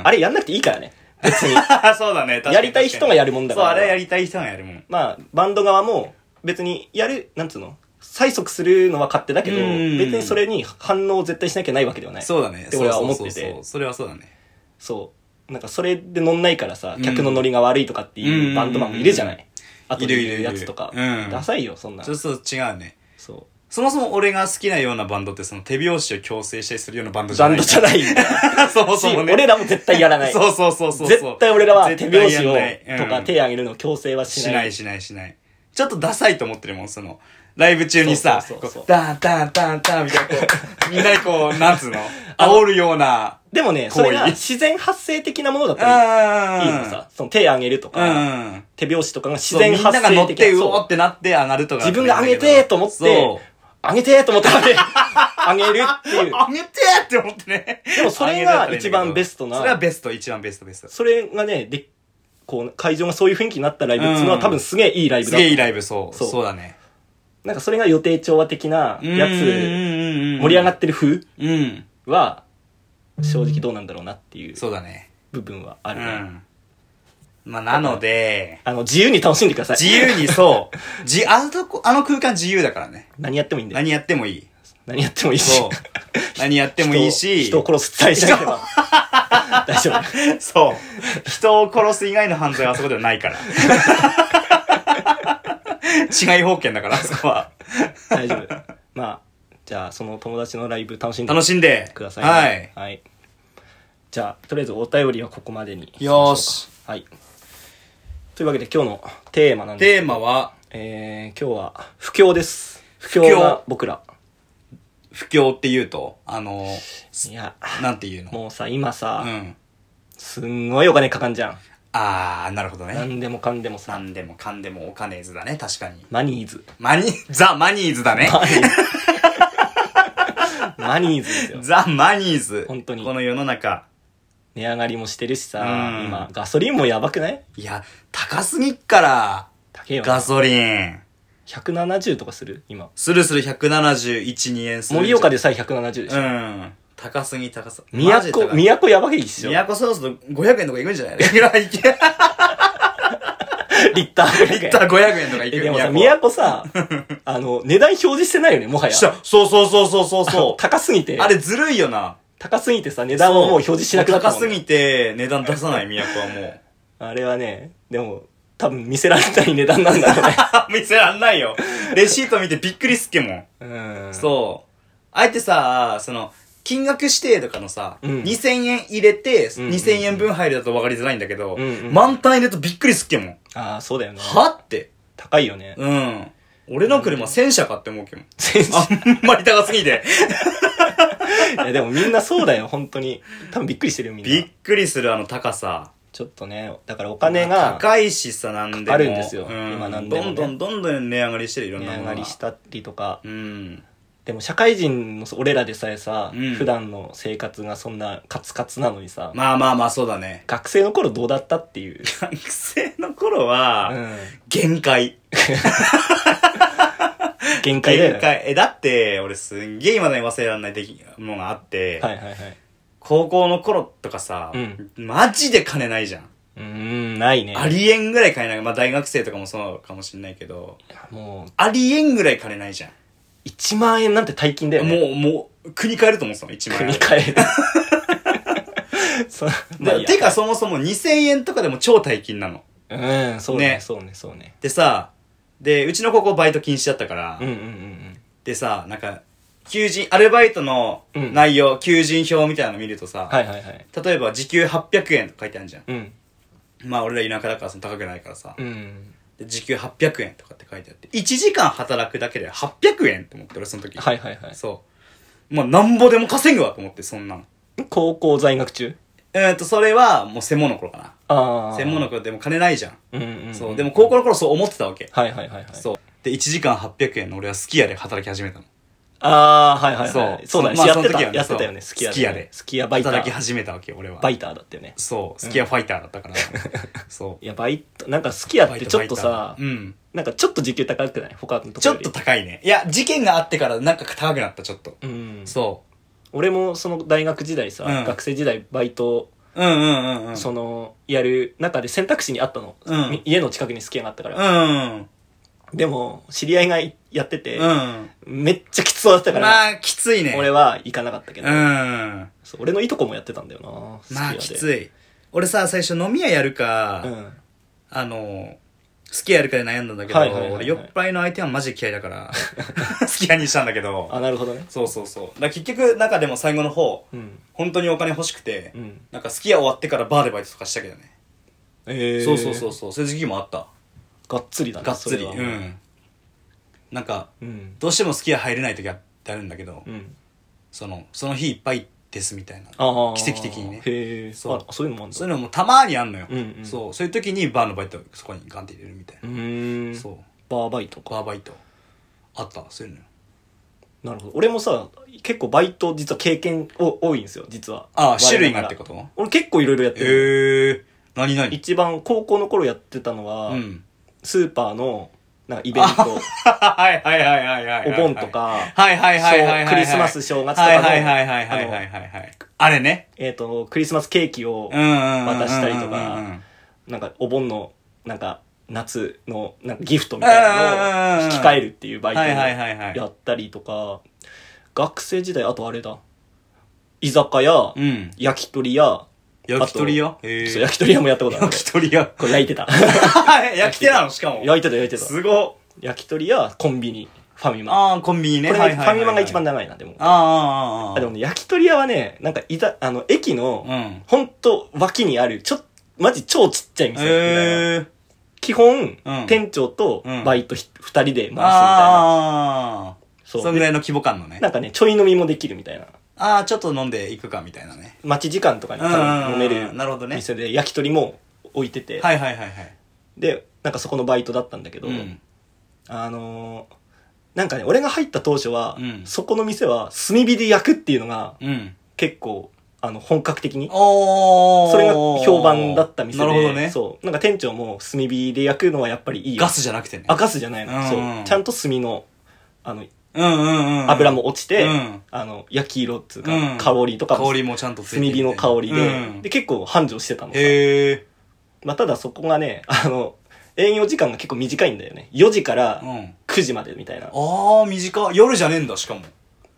S2: ん
S1: あれやんなくていいからね。別に。
S2: れそうだね確かに
S1: やりたい人がやるもんだから
S2: そうあれはやりたい人がやるもん
S1: まあ、バンド側も、別にやる、なんつうの催促するのは勝手だけど、
S2: うん
S1: 別にそれに反応を絶対しなきゃないわけではない。
S2: そうだね
S1: って俺は思ってて
S2: そうそうそうそれはそうだね
S1: そう。なんかそれで乗んないからさ
S2: う、ん
S1: 客の乗りが悪いとかっていうバンドマンもいるじゃな
S2: うん
S1: い。あと
S2: い
S1: で
S2: るいるい
S1: 言
S2: る
S1: うやつとか。
S2: うん
S1: ダサいよ、そんな
S2: ちょ。っと違うね
S1: そ
S2: そもそも俺が好きなようなバンドってその手拍子を強制したりするようなバンド
S1: う。
S2: じゃ
S1: バ
S2: な
S1: ン
S2: い
S1: ドじゃないんだよ。
S2: ゃ そもそもね
S1: 俺らも絶対やらない。
S2: そうそうそうそうそう
S1: 絶対俺らは手拍子
S2: 絶対やんない
S1: をとか手上げるのを強制はし
S2: し
S1: ない。
S2: ないしないしない。ちょっとダサいと思ってるもん、その、ライブ中にさ、
S1: そうそうそうそう
S2: こうダンダンダンダンみたいな、こ う、みんなでこう、なんつうの、煽るような、
S1: でもね、
S2: 行為
S1: それが自然発生的なものだっ
S2: う
S1: たら
S2: ん。
S1: いいのさ。その手上げると
S2: うん。
S1: か、
S2: うん。
S1: 手拍子とかが自
S2: そう
S1: 然
S2: みんな
S1: 発
S2: が乗
S1: 生
S2: って、
S1: 的
S2: う
S1: な。
S2: お
S1: そ
S2: ってなって上がると
S1: う
S2: か。
S1: 自分が上げてーと思って
S2: そ、。
S1: 上げてーと思って上げる。上げるっていうう。
S2: 上げてーって思ってね。
S1: でもそれが一番ベストな
S2: それはベスト、一番ベストベスト。
S1: それがね、で、こう、会場がそういう雰囲気になったライブっていうの
S2: う
S1: は
S2: ん
S1: 多分すげえいいライブ
S2: す
S1: だ
S2: げえいいライブ、そう。
S1: そう
S2: そうだね。
S1: なんかそれが予定調和的なやつ、盛
S2: 盛
S1: り上が
S2: て。
S1: ってる風
S2: うん。
S1: は、正直どうなんだろうなっていう
S2: そうだね。
S1: 部分はあ
S2: う
S1: るね。
S2: ん。まあ、なので、
S1: あの、 自由に楽しんでください。
S2: 自由にそう。 じ、あのとこ、あの空間自由だからね。
S1: 何やってもいいんだよ。
S2: 何やってもいい。
S1: 何やってもいいし
S2: そう。何やってもいいし。
S1: 人を人を殺すさえしなければ。大丈夫。
S2: そう。人を殺す以外の犯罪はあそこではな いから。違い保険だから、あそこは。
S1: 大丈夫。まあ、じゃあ、その友達のライブ楽しんで
S2: 楽しんで。
S1: くださ
S2: はい
S1: ね、
S2: い。
S1: はい。じゃあ、とりあえずお便りはここまでに。
S2: よーし。
S1: はい。というわけで今日のテーマなんです
S2: テーマは、
S1: えー、今日は不況です。不
S2: 況
S1: 況が僕ら。
S2: 不況って言うと、あの、
S1: いや、
S2: なんて言うの
S1: もうさ、今さ、
S2: うん。
S1: すんごいお金かかんじゃん。
S2: あー、なるほどね。
S1: 何でもかんでもさ
S2: な、んでもかんでもお金ずだね、確かに。
S1: マニーズ。
S2: マニ、ザ・マニーズだね。
S1: マニーズ。マニーズ ですよ。
S2: ザ・マニーズ。
S1: 本当に
S2: この世の中。
S1: 値上がりもしてるしさ、
S2: うん
S1: 今、ガソリンもやばくない
S2: いや、高すぎっから、
S1: 高えよな。
S2: ガソリン。
S1: 170とかする今。
S2: するする171、2円する。
S1: 盛岡でさえ170でし
S2: う
S1: ょ。
S2: ん。高すぎ、高すぎ。マジで
S1: 都、
S2: 高い
S1: 都やばいっしょ。
S2: 都そろそろ500円とか行くんじ ゃないいや、行け。
S1: リッター。
S2: 行ったら500円とか行
S1: え
S2: く
S1: でもさ、都さ、 あの、値段表示してないよね、もはや。
S2: したそうそうそうそうそう そ
S1: 高すぎて
S2: う。、あれずるいよな。
S1: 高すぎてさ、値段をもう表示しなくなった
S2: 高
S1: もん、
S2: す
S1: ね。
S2: ぎて、値段出さない、都はもう。
S1: あれはね、でも、多分見せられない値段なんだろう ね。
S2: あ見せらんないよ。レシート見てびっくりすっけもん。
S1: うん。う。
S2: そう。あえてさ、その、金額指定とかのさ、
S1: うん
S2: 2000円入れて、
S1: うんうん
S2: 2000円分入るだと分かりづらいんだけど、
S1: うんうん
S2: 満タン入れるとびっくりすっけもん。
S1: ああ、そうだよね。
S2: はって。
S1: 高いよね。
S2: うん。俺の車1000車かって思 うけど。
S1: 全然
S2: あんまり高すぎて。
S1: いや、でもみんなそうだよ、本当に。多分びっくりしてるよ、みん
S2: び
S1: な
S2: っ。くりするあの高さ。
S1: ちょっとね、だからお金が、
S2: 高いしさ、なんでも。
S1: あるんですよ
S2: うん、
S1: 今なんでもね
S2: どんどんどんどん値上がりしてる、いろん
S1: 値
S2: な
S1: 上
S2: ものが
S1: がりしたりとか、
S2: うん。
S1: でも社会人の俺らでさえさ、
S2: うん
S1: 普段の生活がそんなカツカツなのにさ、
S2: まあまあまあ、そうだね。
S1: 学生の頃どうだったって いう。
S2: 学生の頃
S1: う
S2: は、
S1: ん
S2: 限界。
S1: 限界だよ
S2: 限
S1: ね。
S2: 界。え、だって、俺すんげえ今でも忘れられない出来のがあって、
S1: はいはいはい。
S2: 高校の頃とかさ、
S1: うん
S2: マジで金ないじゃん。
S1: うーん、ないね。
S2: ありえんぐらい金ない。まあ大学生とかもそうかもしんないけど、
S1: もう、
S2: ありえんぐらい金ないじゃん。
S1: 1万円なんて大金だよね。
S2: もう、もう、国変えると思ってたの、1万
S1: 組
S2: 円。
S1: み替える。そうまあいい
S2: で
S1: や
S2: てかそもそも2000円とかでも超大金なの。
S1: うん、そうね、
S2: ね
S1: そうね、そうね。
S2: でさ、で、うちの高校バイト禁止だったから、
S1: うんうんうん
S2: でさ、なんか、求人、アルバイトの
S1: うん
S2: 内容、求人票みたいなの見るとさ
S1: うん。、はいはいはい。
S2: 例えば時給800円とか書いてあるじゃん。
S1: うん。
S2: まあ俺ら田舎だからその高くないからさ、
S1: うん。
S2: で時給800円とかって書いてあって、1時間働くだけで800円って思って俺その時。
S1: はいはいはい。
S2: そう。まあなんぼでも稼ぐわと思って、そんなの。
S1: 高校在学中
S2: えー、と、それはもう専門の頃か
S1: あ
S2: な。
S1: あ。
S2: 専門の頃でも金ないじゃん。
S1: うんうんん。
S2: そう。でも高校の頃そう思ってたわけ。
S1: はいはいはいはい。
S2: そう。で、1時間800円の俺はスキヤで働き始めたの。
S1: ああ、はいはいはい。
S2: そ
S1: そう
S2: う
S1: だね。
S2: まあ
S1: やって
S2: その
S1: た、
S2: 時はね
S1: やってたよね。
S2: そ
S1: ス
S2: う
S1: キヤ
S2: スキヤで
S1: スキヤバイタ
S2: 働き
S1: ー。
S2: 始めたわけ、俺は。
S1: バイターだったよね。
S2: そう。スキヤファイターだっ たから。そ
S1: いや、バイト、なんかスキヤ
S2: う。
S1: ってちょっとさ
S2: ファイター、うん。
S1: なんかちょっと時給高くない他のとこ
S2: ちょ
S1: ろ
S2: っ
S1: より
S2: と高いね。いや、事件があってからなんか高くなった、ちょっと。
S1: うん。
S2: そ
S1: 俺もその大学時代さ、
S2: うん
S1: 学生時代バイト、
S2: う。うんうんうんうん。
S1: その、やる中で選択肢にあったの。
S2: うん
S1: み家の近くにスキヤがあったから。
S2: うん。
S1: でも、知り合いがやってて、
S2: うん。
S1: めっちゃきつそうだったから、
S2: まあ、きついね。
S1: 俺は行かなかったけど、
S2: うん。
S1: そう俺のいとこもやってたんだよな。
S2: まあ、
S1: スキ
S2: き
S1: ヤで
S2: つい。俺さ、最初飲み屋やるか、
S1: うん。
S2: あの、好きやるかで悩んだんだけど、
S1: はいはいはいはい
S2: 俺酔っ払いの相手はマジで嫌いだ から、好きやにしたんだけど、
S1: あ、なるほどね。
S2: そうそうそう。だから結局、中でも最後の方、
S1: うん。
S2: 本当にお金欲しくて、
S1: うん。
S2: なんか好きや終わってからバーでバイトとかしたけどね。
S1: え
S2: そうそうそうそう、そういう時期もあった。
S1: がっつりだね
S2: がっつり。
S1: そうれは
S2: ん。なんか、
S1: うん
S2: どうしても好きや入れない時あってあるんだけど、
S1: うん
S2: その、その日いっぱいですみたいな。
S1: ああ
S2: 奇跡的にね
S1: へえ
S2: そ
S1: そううそういうのもあるんだ
S2: そういうのもたまにあんのよ、
S1: うんうん
S2: そう、そういう時にバーのバイト、そこにガンって入れるみたいうな。
S1: ーん
S2: そう。
S1: バーバイトか
S2: バーバイト。あった、そういうのよ。
S1: なるほど俺もさ結構バイト実は経験お多いんですよ実は我な
S2: ああ、
S1: がら
S2: 種類がってこと
S1: 俺結構いろいろやってる、
S2: へえ。何々
S1: 一番高校の頃やってたのは、
S2: うん。
S1: スーパーのなんかイベント
S2: はいはいはいはいはい。
S1: お盆と。か
S2: はいはいはいはいはいはい。
S1: そうクリスマス正月とか
S2: はい
S1: の
S2: はいはいはいはいはいはいはい。あれね。
S1: えっ、とクリスマスケーキを
S2: うんうんうんうんうん。
S1: 渡したりとか
S2: うんうんうん
S1: なんかお盆のなんか夏のなんかギフトみたいなのを引き換えるっていうバイトを
S2: はいはいはいはい
S1: やったりとか学生時代あとあれだ居酒屋
S2: うん。
S1: 焼き鳥屋
S2: 焼き鳥屋へえ
S1: そう焼き鳥屋もやったことある
S2: 焼き鳥 屋。
S1: これ焼いてた
S2: 焼き手なのしかも。
S1: 焼いてた焼いてた
S2: すご。
S1: 焼き鳥屋コンビニファミマ
S2: ああ、コンビニ
S1: こ
S2: ね。
S1: れ
S2: は
S1: ね
S2: い
S1: フ
S2: はいは
S1: ァ
S2: い
S1: ミマが一番
S2: あ
S1: 長いなでも
S2: あ、ああ、ああ。
S1: あでもね焼き鳥屋はねなんかいたあの駅
S2: う
S1: の
S2: ん。
S1: ほんと脇にあるちょマジ超ちっちゃい店みたいな
S2: へえ。
S1: 基本、
S2: うん
S1: 店長と
S2: うん
S1: バイトひ二人で回すみたいな。
S2: ああ。
S1: そう
S2: そんぐらいの規模感のね。
S1: なんかね、ちょい飲みもできるみたいな。
S2: ああ、ちょっと飲んでいくかみたいなね。
S1: 待ち時間とかに多
S2: うん
S1: 分飲める
S2: なるほどね
S1: 店で焼き鳥も置いてて、
S2: はいはいはいはい。
S1: で、なんかそこのバイトだったんだけど、
S2: うん。
S1: あのーなんかね、俺が入った当初は、
S2: うん
S1: そこの店は炭火で焼くっていうのが
S2: うん。
S1: 結構、あの、本格的に、
S2: おー。
S1: それが評判だった店で、
S2: なるほどね。
S1: そう。なんか店長も炭火で焼くのはやっぱりいいよ
S2: ガスじゃなくてね。
S1: あ、ガスじゃないの。
S2: うん
S1: そう。ちゃんと炭の、あの、
S2: うんうんうん。
S1: 油も落ちて、
S2: うん
S1: あの焼き色っつう
S2: う
S1: か
S2: ん
S1: 香りとかも
S2: 香りもちゃんとついて
S1: 炭火の香りで,、
S2: うん
S1: で結構繁盛してたのさ、
S2: へえ。
S1: まあ、ただそこがね あの営業時間が結構短いんだよね4時か
S2: う
S1: ら
S2: ん。
S1: 9時までみたいな、
S2: ああ、短い。夜じゃねえんだ、しかも。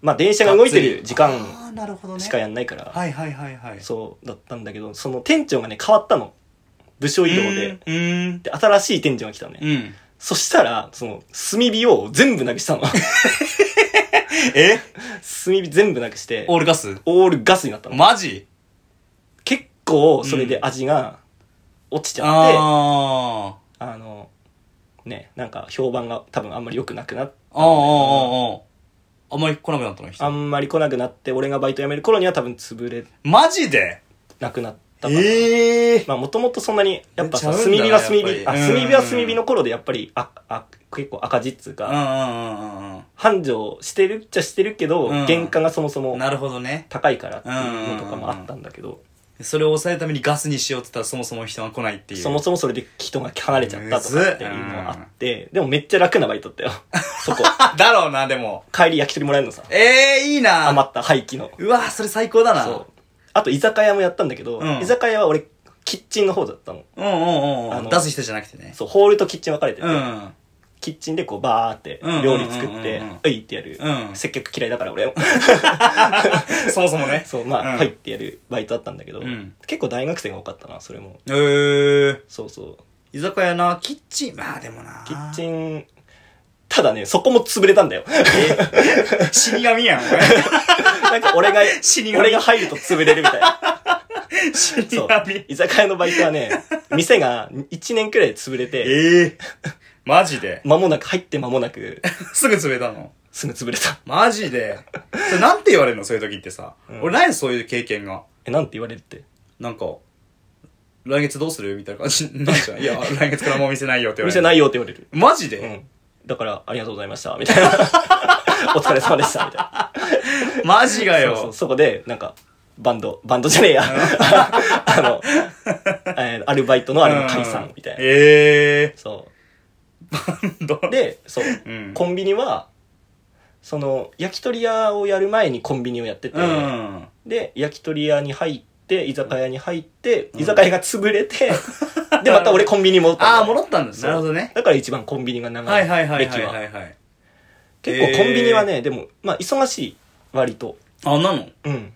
S1: まあ電車が動いてる時間
S2: ああ、なるほどね。
S1: しかやんないから、
S2: はいはいはいはい。
S1: そうだったんだけどその店長がね変わったの部署移動で。
S2: うーん。
S1: で新しい店長が来たのね、
S2: うん。
S1: そしたらその炭火を全部なくした の炭
S2: え
S1: 火全部なくして
S2: オールガス
S1: オールガスになったの
S2: マジ
S1: 結構それで味が落ちちゃって、
S2: ああ。
S1: あの、ね、なんか評判が多分あんまり良くなくなっ
S2: ああ、ああ、ああ。あんまり来なくなったの
S1: あ
S2: 人。
S1: んまり来なくなって、俺がバイト辞める頃には多分潰れ
S2: マジで
S1: なくなったから。
S2: ええ。
S1: まあもともとそんなに、やっぱさ、
S2: ちゃうん
S1: 炭
S2: だね
S1: 火は炭火
S2: やっ、ぱ
S1: あ、
S2: り
S1: 炭
S2: うん
S1: 火は炭火の頃でやっぱり、あ、あ、結構赤字っつう
S2: う
S1: か、
S2: んうんうんうん
S1: 繁盛してるっちゃしてるけど、
S2: うん
S1: 原価がそもそ
S2: うん
S1: も
S2: なるほどね
S1: 高いからっていうのとかもあったんだけど、
S2: それを抑えるためにガスにしようって言ったらそもそも人が来ないっていう
S1: そもそもそれで人が離れちゃったとかっていうのがあって、でもめっちゃ楽なバイトだったよ。 そこ。
S2: あだろうなでも
S1: 帰り焼き鳥もらえるのさ。
S2: ええいいな
S1: 余った廃棄の。
S2: うわそれ最高だな
S1: そう。あと居酒屋もやったんだけど、
S2: うん
S1: 居酒屋は俺、キッチンの方だったの。
S2: うんうん
S1: あ
S2: うん
S1: の
S2: 出す人じゃなくてね
S1: そう、ホールとキッチン分かれてて、
S2: うん
S1: キッチンでこうバーって
S2: うん
S1: 料理作って
S2: うんうんうん、
S1: ういってやる。
S2: うん
S1: 接客嫌いだから俺も。
S2: そもそもね
S1: そう、まあ、
S2: うん
S1: はいってやるバイトだったんだけど、
S2: うん
S1: 結構大学生が多かったな、それも。
S2: へえ
S1: そうそう。
S2: 居酒屋なキッチンまあでもな
S1: キッチン、ただね、そこも潰れたんだよ。
S2: 死神やんお
S1: な
S2: 前
S1: んか俺が、
S2: 死神
S1: 俺が入ると潰れるみたいな。
S2: 死
S1: そう
S2: 神。
S1: 居酒屋のバイトはね、店が1年くらいで潰れて、
S2: ええマジで
S1: 間もなく、入って間もなく、
S2: すぐ潰れたの
S1: すぐ潰れた。
S2: マジでそれなんて言われるのそういう時ってさ、
S1: うん
S2: 俺ないのそういう経験が
S1: え、なんて言われるって。
S2: なんか来月どうするみたいな感じ になっちゃういや来月からもう見せないよって言
S1: お
S2: われ
S1: 店
S2: る
S1: ないよって言われる。
S2: マジで、
S1: うん。だから、ありがとうございました、みたいな。 お疲れ様でした、みたいな。
S2: マジがよ
S1: そうそう、そこで、なんか、バンド、バンドじゃねえや。 あの、えーアルバイトのあれの解散、みたいな。
S2: ええ
S1: そ
S2: ー、ど
S1: う。で、そう、
S2: うん
S1: コンビニは、その、焼き鳥屋をやる前にコンビニをやってて、
S2: うん
S1: で、焼き鳥屋に入って、居酒屋に入って、居酒屋が潰れて、で、また俺コンビニ戻ったんだ
S2: あ
S1: よ。
S2: あ戻ったんです
S1: そう
S2: なるほどね
S1: だから一番コンビニが長。
S2: はいいはいはいは
S1: 歴
S2: い
S1: は
S2: はいはい
S1: 結構コンビニはね、でも、まあ、忙しい、割と。
S2: あなの
S1: うん。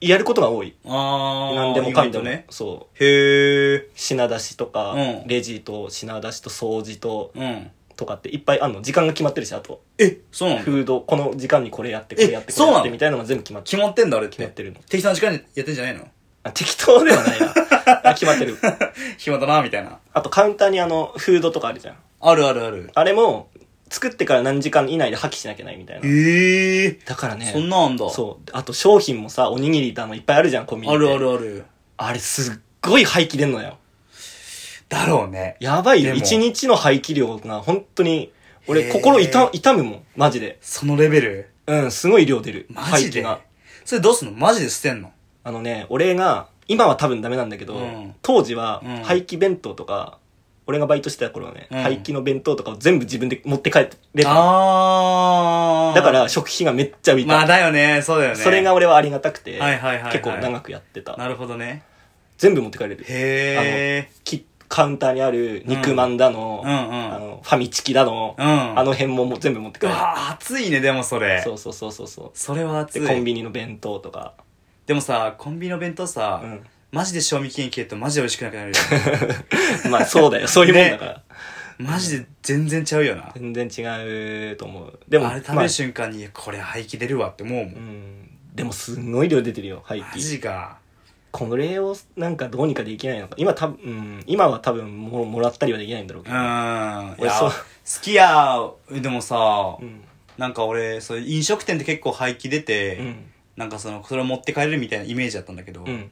S1: やることが多い。
S2: ああ
S1: 何でもかんでも。
S2: ね
S1: そ
S2: へえ
S1: う。品出しとか、
S2: うん
S1: レジと品出しと掃除と、
S2: うん
S1: とかっていっぱいあんの。時間が決まってるし、あと。
S2: えそうなの
S1: フード、この時間にこれやって、これやって、
S2: え
S1: これやっ
S2: そうな
S1: て、
S2: の
S1: みたいなのが全部決まって
S2: 決まってんだあれって
S1: 決まってるの
S2: 適当な時間にやってんじゃないの
S1: あ適当ではないな。あ決まってる。
S2: 暇だなみたいな
S1: あと、カウンターにあの、フードとかあるじゃん。
S2: あるあるある
S1: あれも、作ってから何時間以内で破棄しなきゃいけないみたいな。
S2: ええ
S1: だからね。
S2: そんなあんだ
S1: そう。あと商品もさ、おにぎりだのいっぱいあるじゃん、コンビニ。
S2: あるあ。るある
S1: あれすっごい廃棄出んのよ。
S2: だろうね
S1: やばいよ。
S2: でも
S1: 一日の廃棄量が本当に、俺
S2: へー
S1: 心痛痛むもん、マジで。
S2: そのレベル
S1: うん、すごい量出る。
S2: マジ
S1: 廃棄
S2: で
S1: が。
S2: それどうすんのマジで捨てんの
S1: あのね、俺が、今は多分ダメなんだけど、
S2: うん
S1: 当時は
S2: うん
S1: 廃棄弁当とか、俺がバイトしてた頃はね、
S2: うん
S1: 廃棄の弁当とかを全部自分で持って帰ってれた。
S2: ああ
S1: だから食費がめっちゃ浮いた。
S2: まあだよねそうだよね
S1: それが俺はありがたくて、
S2: はいはいはいはい
S1: 結構長くやってた。
S2: なるほどね
S1: 全部持って帰れる。
S2: へえ
S1: きカウンターにある肉まんだの、
S2: うんうんうん
S1: あのファミチキだの、
S2: うん
S1: あの辺ももう全部持って帰
S2: う
S1: る。
S2: わ暑いねでもそれ
S1: そうそうそうそうそ
S2: それは暑
S1: う。
S2: い
S1: で、コンビニの弁当とか。
S2: でもさコンビニの弁当さ、
S1: うん
S2: マジで賞味期限切れるとマジで美味しくなくなるよ
S1: まあそうだよ、そういうもんだから。
S2: マジで全然ちゃうよな
S1: 全然違うと思う。でも、
S2: あれ食
S1: ま
S2: べる瞬間に、いやこれ廃棄出るわって思うもん、
S1: うん。でもすんごい量出てるよ、廃
S2: マ
S1: 棄。
S2: ジか
S1: これをなんかどうにかできないのか。今多分、うん、今は多分ももらったりはできないんだろう
S2: う
S1: けど。
S2: んい
S1: 俺
S2: や
S1: そう
S2: 好きやでもさ、
S1: うん。
S2: なんか俺そういう飲食店って結構廃棄出て、
S1: うん。
S2: なんかそのそれを持って帰れるみたいなイメージだったんだけ
S1: う
S2: ど、
S1: ん。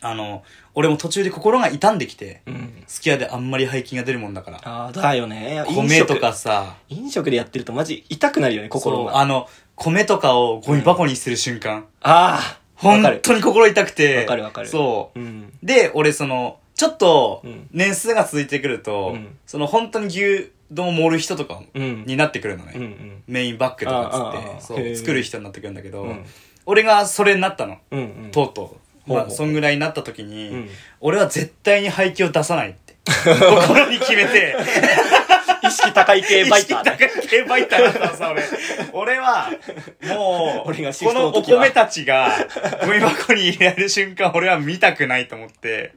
S2: あの俺も途中で心が痛んできて
S1: うん。
S2: すき家であんまり廃棄が出るもんだから
S1: ああ、だよね。飲
S2: 米
S1: 食
S2: とかさ
S1: 飲食でやってるとマジ痛くなるよね、心
S2: そう
S1: が。あ
S2: あの米とかをゴミ箱にする瞬間、
S1: あー、わか
S2: 本
S1: る。
S2: 当に心痛くて
S1: わかるわかる
S2: そうう、
S1: ん。
S2: で俺そのちょっと
S1: うん
S2: 年数が続いてくると、
S1: うん
S2: その本当に牛丼を盛る人とか
S1: うん。
S2: になってくるのね、
S1: うんうん。
S2: メインバッグとか
S1: あああ
S2: っ
S1: あ
S2: つっ
S1: へ
S2: て
S1: え
S2: そう作る人になってくるんだけど、
S1: うん
S2: 俺がそれになったの、
S1: うんうん。
S2: とうとう、
S1: ほうほう
S2: まあ、そんぐらいになった時に、
S1: うん
S2: 俺は絶対に廃棄を出さないって 心に決めて
S1: 意識高い 系バイター、
S2: 意識
S1: ね。
S2: 高い系バイターだったのさ、俺。俺は、もう、
S1: 俺がシ
S2: こ
S1: フト
S2: の
S1: の
S2: お
S1: 時は
S2: 米たちが、ゴミ箱に入れられる瞬間、俺は見たくないと思って。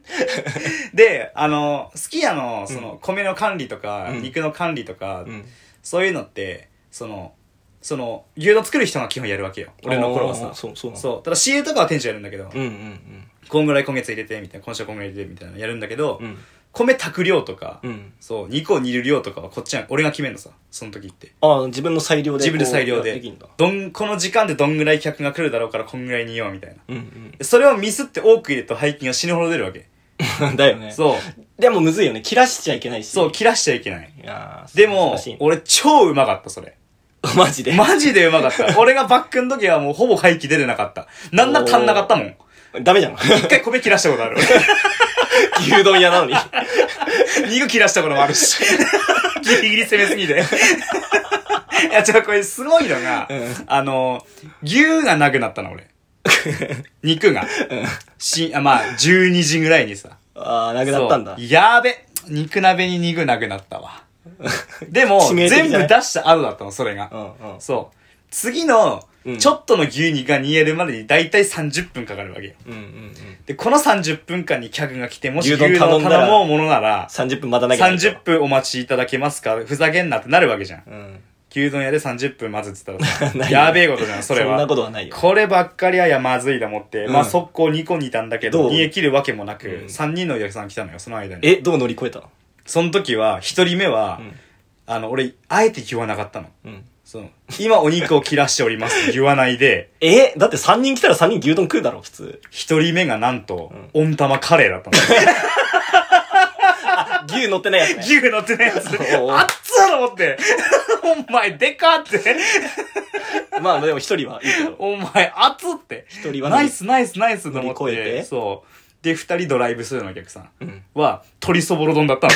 S2: で、あの、すき家の、その、米の管理とか、
S1: うん
S2: 肉の管理とか、
S1: うん。
S2: そういうのって、その、その、牛丼作る人が基本やるわけよ。俺の頃は
S1: あ
S2: さ
S1: ー。そう、そうなの
S2: そう。ただ CA とかは店長やるんだけど、
S1: うんうん
S2: こんぐらい今月入れて、みたいな、今週はこんぐらい入れて、みたいなのやるんだけど、
S1: うん。うん。
S2: 米炊く量とか、
S1: うん。
S2: そう、肉を煮る量とかはこっちが、俺が決めるのさ、その時って。
S1: ああ、自分の裁量で。
S2: 自分で裁量
S1: こうやって
S2: で
S1: きんだ。
S2: どん、この時間でどんぐらい客が来るだろうからこんぐらいにようみたいな。
S1: うんうん。
S2: それをミスって多く入れると背筋が死ぬほど出るわけ。
S1: だよね。
S2: そう。
S1: でもむずいよね。切らしちゃいけないし。
S2: そう、。切らしちゃいけない。
S1: いやー
S2: でも
S1: 難しい、ね
S2: 俺超うまかった、それ。
S1: マジで。
S2: マジでうまかった。俺がバックの時はもうほぼ回帰出れなかった。なんなら足んなかったもん。
S1: ダメじゃん。
S2: 一回米切らしたことある。
S1: 牛丼屋なのに。
S2: 肉切らしたこともあるし。ギリギリ攻めすぎて。いや、違う、これすごいのが、
S1: うん
S2: あの、牛がなくなったの、俺。肉が。しあまあ、12時ぐらいにさ。
S1: ああ、なくなったんだ
S2: そう。やーべ。肉鍋に肉なくなったわ。でも、
S1: 致命的
S2: 全
S1: じゃ
S2: 部
S1: ない
S2: 出した後だったの、それが。
S1: うんうん。
S2: そう。次の
S1: うん、
S2: ちょっとの牛肉が煮えるまでに大体30分かかるわけよ。
S1: うんうんうん。
S2: で、この30分間に客が来て、もし
S1: 牛丼
S2: 牛丼
S1: 頼
S2: 頼
S1: んだら
S2: もうものなら、
S1: 30分待たなきゃいけない
S2: 30分お待ちいただけますかふざけんなってなるわけじゃん。
S1: 分。うん。
S2: 牛丼屋で30分待つって言ったら
S1: な
S2: さ、
S1: いよ
S2: やべえことじゃん、それは。
S1: そんなことはないよ
S2: こればっかりはやまずいだもって、
S1: うん
S2: まあ速攻2個にいたんだけ
S1: ど
S2: ど、
S1: う
S2: 煮え切るわけもなく、
S1: うん
S2: 3人のお客さん来たのよ、その間に。
S1: え、どう乗り越えたの
S2: その時は、1人目は、
S1: うん
S2: あの、俺、あえて言わなかったの。
S1: うん。
S2: その、今お肉を切らしておりますって言わないで、
S1: え、だって3人来たら3人牛丼食うだろ、普通。
S2: 1人目がなんと、温玉カレーだったの。
S1: 牛乗ってないやつ、ね。
S2: 牛乗ってないやつ。
S1: おうおう
S2: あっつーと思って。お前、でかって。
S1: まあでも一人はいいけど。
S2: お前、あっつって。
S1: 一人はね
S2: ナイスナイスナイスと思って。
S1: 乗り越えて
S2: そう。で、二人ドライブスルーのお客さん
S1: うん。
S2: は、鳥そぼろ丼だ ったの。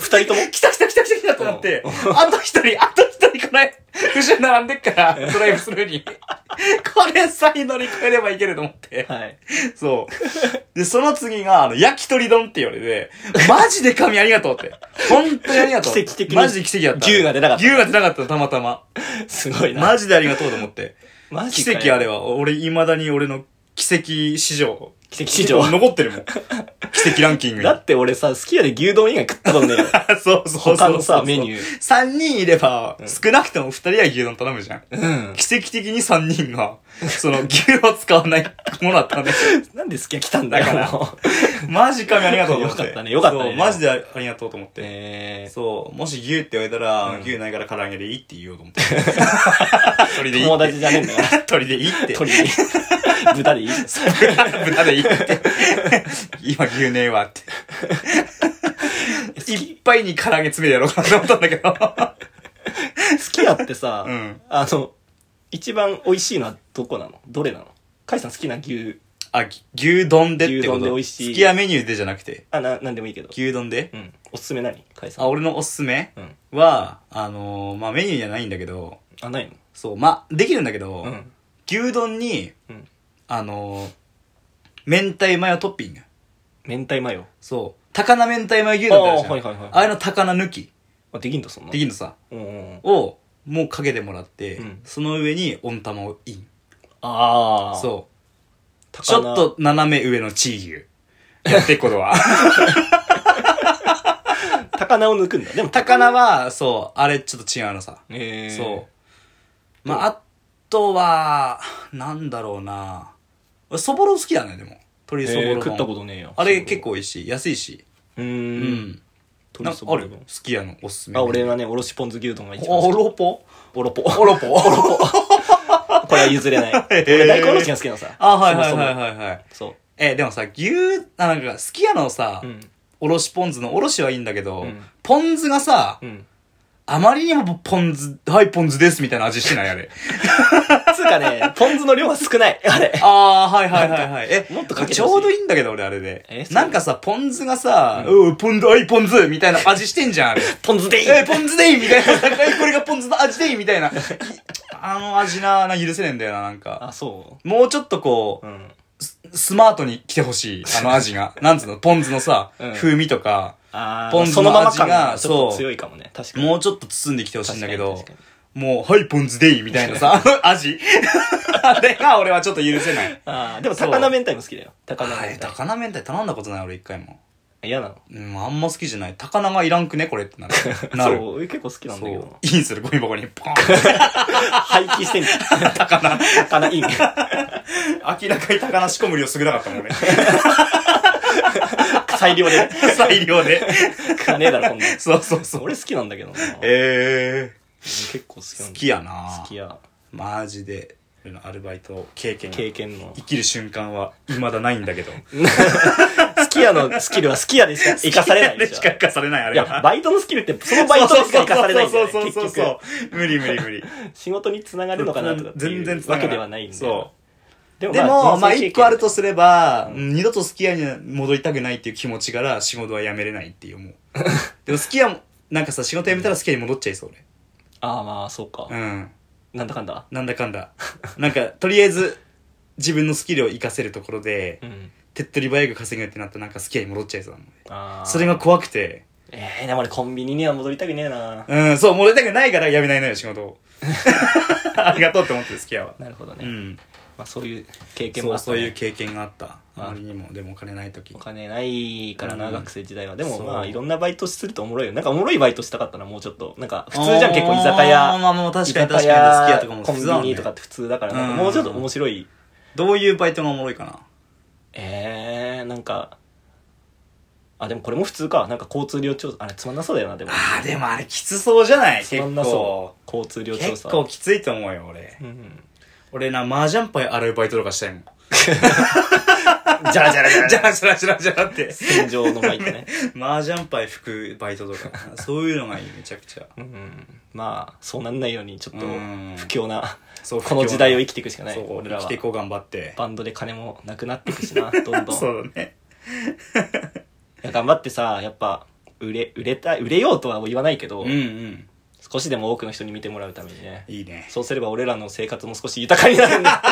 S1: 二人とも
S2: 来た来た来た来た来たと思って、あと一人、あと一人これ、後ろに並んでっから、ドライブスル ーに。これさえ乗り越えればいけると思って。
S1: はい。
S2: そう。で、その次が、あの、焼き鳥丼って言われて、マジで神ありがとうって。本当にありがとう。
S1: 奇跡的に
S2: マジで奇跡だった。
S1: 牛が出なかった
S2: 牛が出なかったの、たまたま。
S1: すごいな。
S2: マジでありがとうと思って。
S1: マジか
S2: 奇
S1: よ
S2: 跡あれは、俺、未だに俺の奇跡史上。
S1: 奇跡史 上
S2: 残って るもん。奇跡ランキングに
S1: だ。って俺さ、好きやで牛丼以外食ったことねえよ。
S2: そう そうそう。
S1: 他のさ、メニュー。
S2: 3人いれば、少なくとも2人は牛丼頼むじゃん。
S1: うん。
S2: 奇跡的に3人が、そ の、牛を使わないものだったんで。
S1: なんで好きや来たんだよ。
S2: だから
S1: もう
S2: マジ神ありがとうと思って。
S1: よかったねよかったね
S2: そうマジでありがとうと思って。
S1: え
S2: そう、もし牛って言われたら、
S1: ん
S2: 牛ないから唐揚げでいいって言おう と思って。鳥でいい
S1: 友達じゃねえんだから。
S2: って。 鳥でいい って。
S1: 鳥でいい。豚でいい。
S2: 豚でいいって。今牛ねえわって。いっぱいに唐揚げ詰めてやろうかなと思ったんだけど。
S1: 好きやってさ、
S2: うん
S1: あの、一番美味しいのはどこなのどれなのカイさん好きな牛、
S2: あ、ぎ牛丼でってこと
S1: 牛丼で美味しい
S2: 好きやメニューでじゃなくて、
S1: あ、な、なんでもいいけど。
S2: 牛丼で、
S1: うん。おすすめ何カイさん。
S2: あ、俺のおすすめ
S1: うん。
S2: は、あのーまあ、メニューじゃないんだけど、
S1: あ、ないの
S2: そう、まあ、できるんだけど、
S1: うん。
S2: 牛丼に、
S1: うん。
S2: あのー明太マヨトッピング。
S1: 明太マヨ。
S2: そう。高菜明太マヨ牛丼ってあるじ
S1: あ
S2: ゃん。
S1: ーはいはいはい
S2: ああいうの高菜抜き。
S1: あ、できんだ、そんな。
S2: できんのさ。
S1: うんうんうん。
S2: を、もうかけてもらって、
S1: うん
S2: その上に温玉をイン。
S1: ああ。う。
S2: そう。ちょっと斜め上のチー牛。やっていくこ とは。
S1: 高菜を抜くんだ。でも、
S2: 高菜は、そう、あれちょっと違うのさ。
S1: えー、
S2: そう。まあ、あとは、なんだろうな。俺、そぼろ好きだね、でも。
S1: え
S2: 鶏そぼろ
S1: ー、
S2: 丼
S1: 食ったことねえよ。
S2: あれ結構美味しい。安いし。
S1: う
S2: う
S1: ーん。
S2: ん。
S1: 鶏
S2: なん
S1: そ
S2: か
S1: ぼ
S2: あ
S1: ろ
S2: る
S1: 丼
S2: 好きやの、おすすめ。
S1: あ、俺はね、おろしポン酢牛丼が一
S2: あ、
S1: 番
S2: お
S1: 好き。
S2: ろぽ
S1: おろぽ。
S2: おろぽ おろぽ
S1: これは譲 れない。俺大根おろしが好きなのさ。
S2: あ、はいはい
S1: そも
S2: はい
S1: そも
S2: はいはい。
S1: そう。
S2: え、でもさ、牛、あなんか、すき家のさ、
S1: ん。
S2: おろしポン酢のおろしはいいんだけど、
S1: うん
S2: ポン酢がさ、
S1: うん。
S2: あまりにもポン酢、はい、ポン酢ですみたいな味してない、 あれ。
S1: つうかね、 ポン酢の量は少ない。あれ。
S2: ああ、はいはいはいはい。え、
S1: もっとかけてほしい
S2: ちょうどいいんだけど、俺あれ
S1: え
S2: で。
S1: そう
S2: なんかさ、ポン酢がさ、
S1: う
S2: うん、ポン酢、はい、ポン酢みたいな味してんじゃん、 あれ。
S1: ポン酢でいい
S2: え、ポン酢でいいみたいな。 えこれがポン酢の味でいいみたいな。あの味な、な許せねえんだよな、なんか。
S1: あ、そ
S2: もうちょっとこ
S1: う。うん。
S2: う、ススマートに来てほしい、あの味が。なんつうの、ポン酢のさ、
S1: うん
S2: 風味とか、
S1: あー
S2: ポン酢
S1: そのまま感
S2: の味
S1: が
S2: が
S1: ちょっと
S2: そう
S1: 強いかもね。確かに。
S2: もうちょっと包んできてほしいんだけど
S1: 確かに確、
S2: もう、はい、ポン酢でいいみたいな さ、あの味。 あれが俺はちょっと許せない。
S1: ああ、でも高菜明太も好きだよ。高菜
S2: あ
S1: 明
S2: れ、
S1: 太。
S2: 高菜明太頼んだことない、俺一回も。
S1: 嫌なの
S2: うん、あんま好きじゃない。高菜がいらんくねこれって なる。なる。
S1: そう、俺結構好きなんだけど
S2: そう。インするゴミ箱にポーン。
S1: な。廃棄してんじゃん。高菜。高菜いいね。
S2: 明らかに高菜仕込む量少なかったもんね。
S1: 最良で。
S2: 最 量で。
S1: 食わねえだろ、こんなん。
S2: そうそうそう。
S1: 俺好きなんだけどな。
S2: え
S1: 結構好き
S2: ー。
S1: な
S2: 好
S1: んだ
S2: きやな
S1: 好きや。
S2: マジで。アルバイト経験が
S1: 経験の。
S2: 生きる瞬間は未だないんだけど。
S1: 好き家のスキルはスき家でしか 生かされないでし
S2: し
S1: ょ
S2: か。 生かされない、あ
S1: い
S2: れは。
S1: や、バイトのスキルって、その バイトでしか生かされないんだよね。
S2: そうそうそう
S1: 結
S2: そう
S1: 局、
S2: そう。無理無理無 理。
S1: 仕事につながるのかなとかってい
S2: 全然
S1: う
S2: 繋
S1: わ
S2: がら
S1: けではないんで。
S2: そう
S1: で
S2: でも、まあ、
S1: 人生経験
S2: 一個あるとすれば、うん二度とスキヤには戻りたくないっていう気持ちから仕事は辞めれないっていう、 もう。でも、スキヤも、なんかさ、仕事辞めたらスキヤに戻っちゃいそう、
S1: ああ、まあ、そうか。
S2: 俺。うん。
S1: なんだかんだ。
S2: なんだかんだ。なんか、とりあえず、自分のスキルを活かせるところで
S1: う、ん。
S2: 手っ取り早く稼ぐってなったら、なんかスキヤに戻っちゃいそうなのね
S1: ああ。
S2: それが怖くて、
S1: ええでも俺コンビニには戻りたくねえな。
S2: うん、そう、戻りたくないから辞めないのよ、仕事を。 ありがとうって思ってる、スキヤは。
S1: なるほどね。
S2: うん。
S1: まあ、そういう経験も
S2: そ
S1: あ
S2: う、
S1: った、
S2: そ
S1: ね。
S2: ういう経験があった。あまりにも、でもお金ない時
S1: お金ないからな、
S2: うん
S1: 学生時代は。でも
S2: そう
S1: まあ、いろんなバイトするとおもろいよ。なんかおもろいバイトしたかったな、もうちょっと。なんか、普通じゃん、結構居酒
S2: あー
S1: 屋。
S2: まあまあ確かに確
S1: 居酒
S2: かに。スキ
S1: 屋
S2: ヤとかも
S1: コ
S2: 普
S1: ン
S2: 通
S1: ビ
S2: だもんね
S1: ニとかって普通だから、
S2: うん
S1: なんかもうちょっと面白い。
S2: どういうバイトがおもろいかな。
S1: ええなんか、あ、でもこれも普通か。なんか交通量調査。あれ、つまんなそうだよな、でも。
S2: ああ、でもあれきつそうじゃない
S1: つ
S2: 結
S1: まんなそ
S2: 構。
S1: う。交通量調
S2: 結
S1: 査。
S2: 構きついと思うよ、俺。
S1: うん。
S2: 俺な、麻雀パイ洗うバイトとかしたいもん。
S1: じゃらじゃらじゃら
S2: じゃらじゃらじゃらじゃらって。
S1: 戦場のバイトね。
S2: 麻雀パイ拭くバイトとか。そういうのがいい、めちゃくちゃ。
S1: うんまあそうなんないようにちょっと
S2: うん
S1: 不況な
S2: そう
S1: この時代を生きていくしかない
S2: そう、
S1: 俺ら
S2: 生き
S1: は
S2: ていこう頑張って。
S1: バンドで金もなくなっていくし などんどんい
S2: そうだね。
S1: や頑張ってさやっぱ売れ売れたい売れようとは言わないけど、
S2: うんうん。
S1: 少しでも多くの人に見てもらうためにね
S2: いいね。
S1: そうすれば俺らの生活も少し豊かになる んだ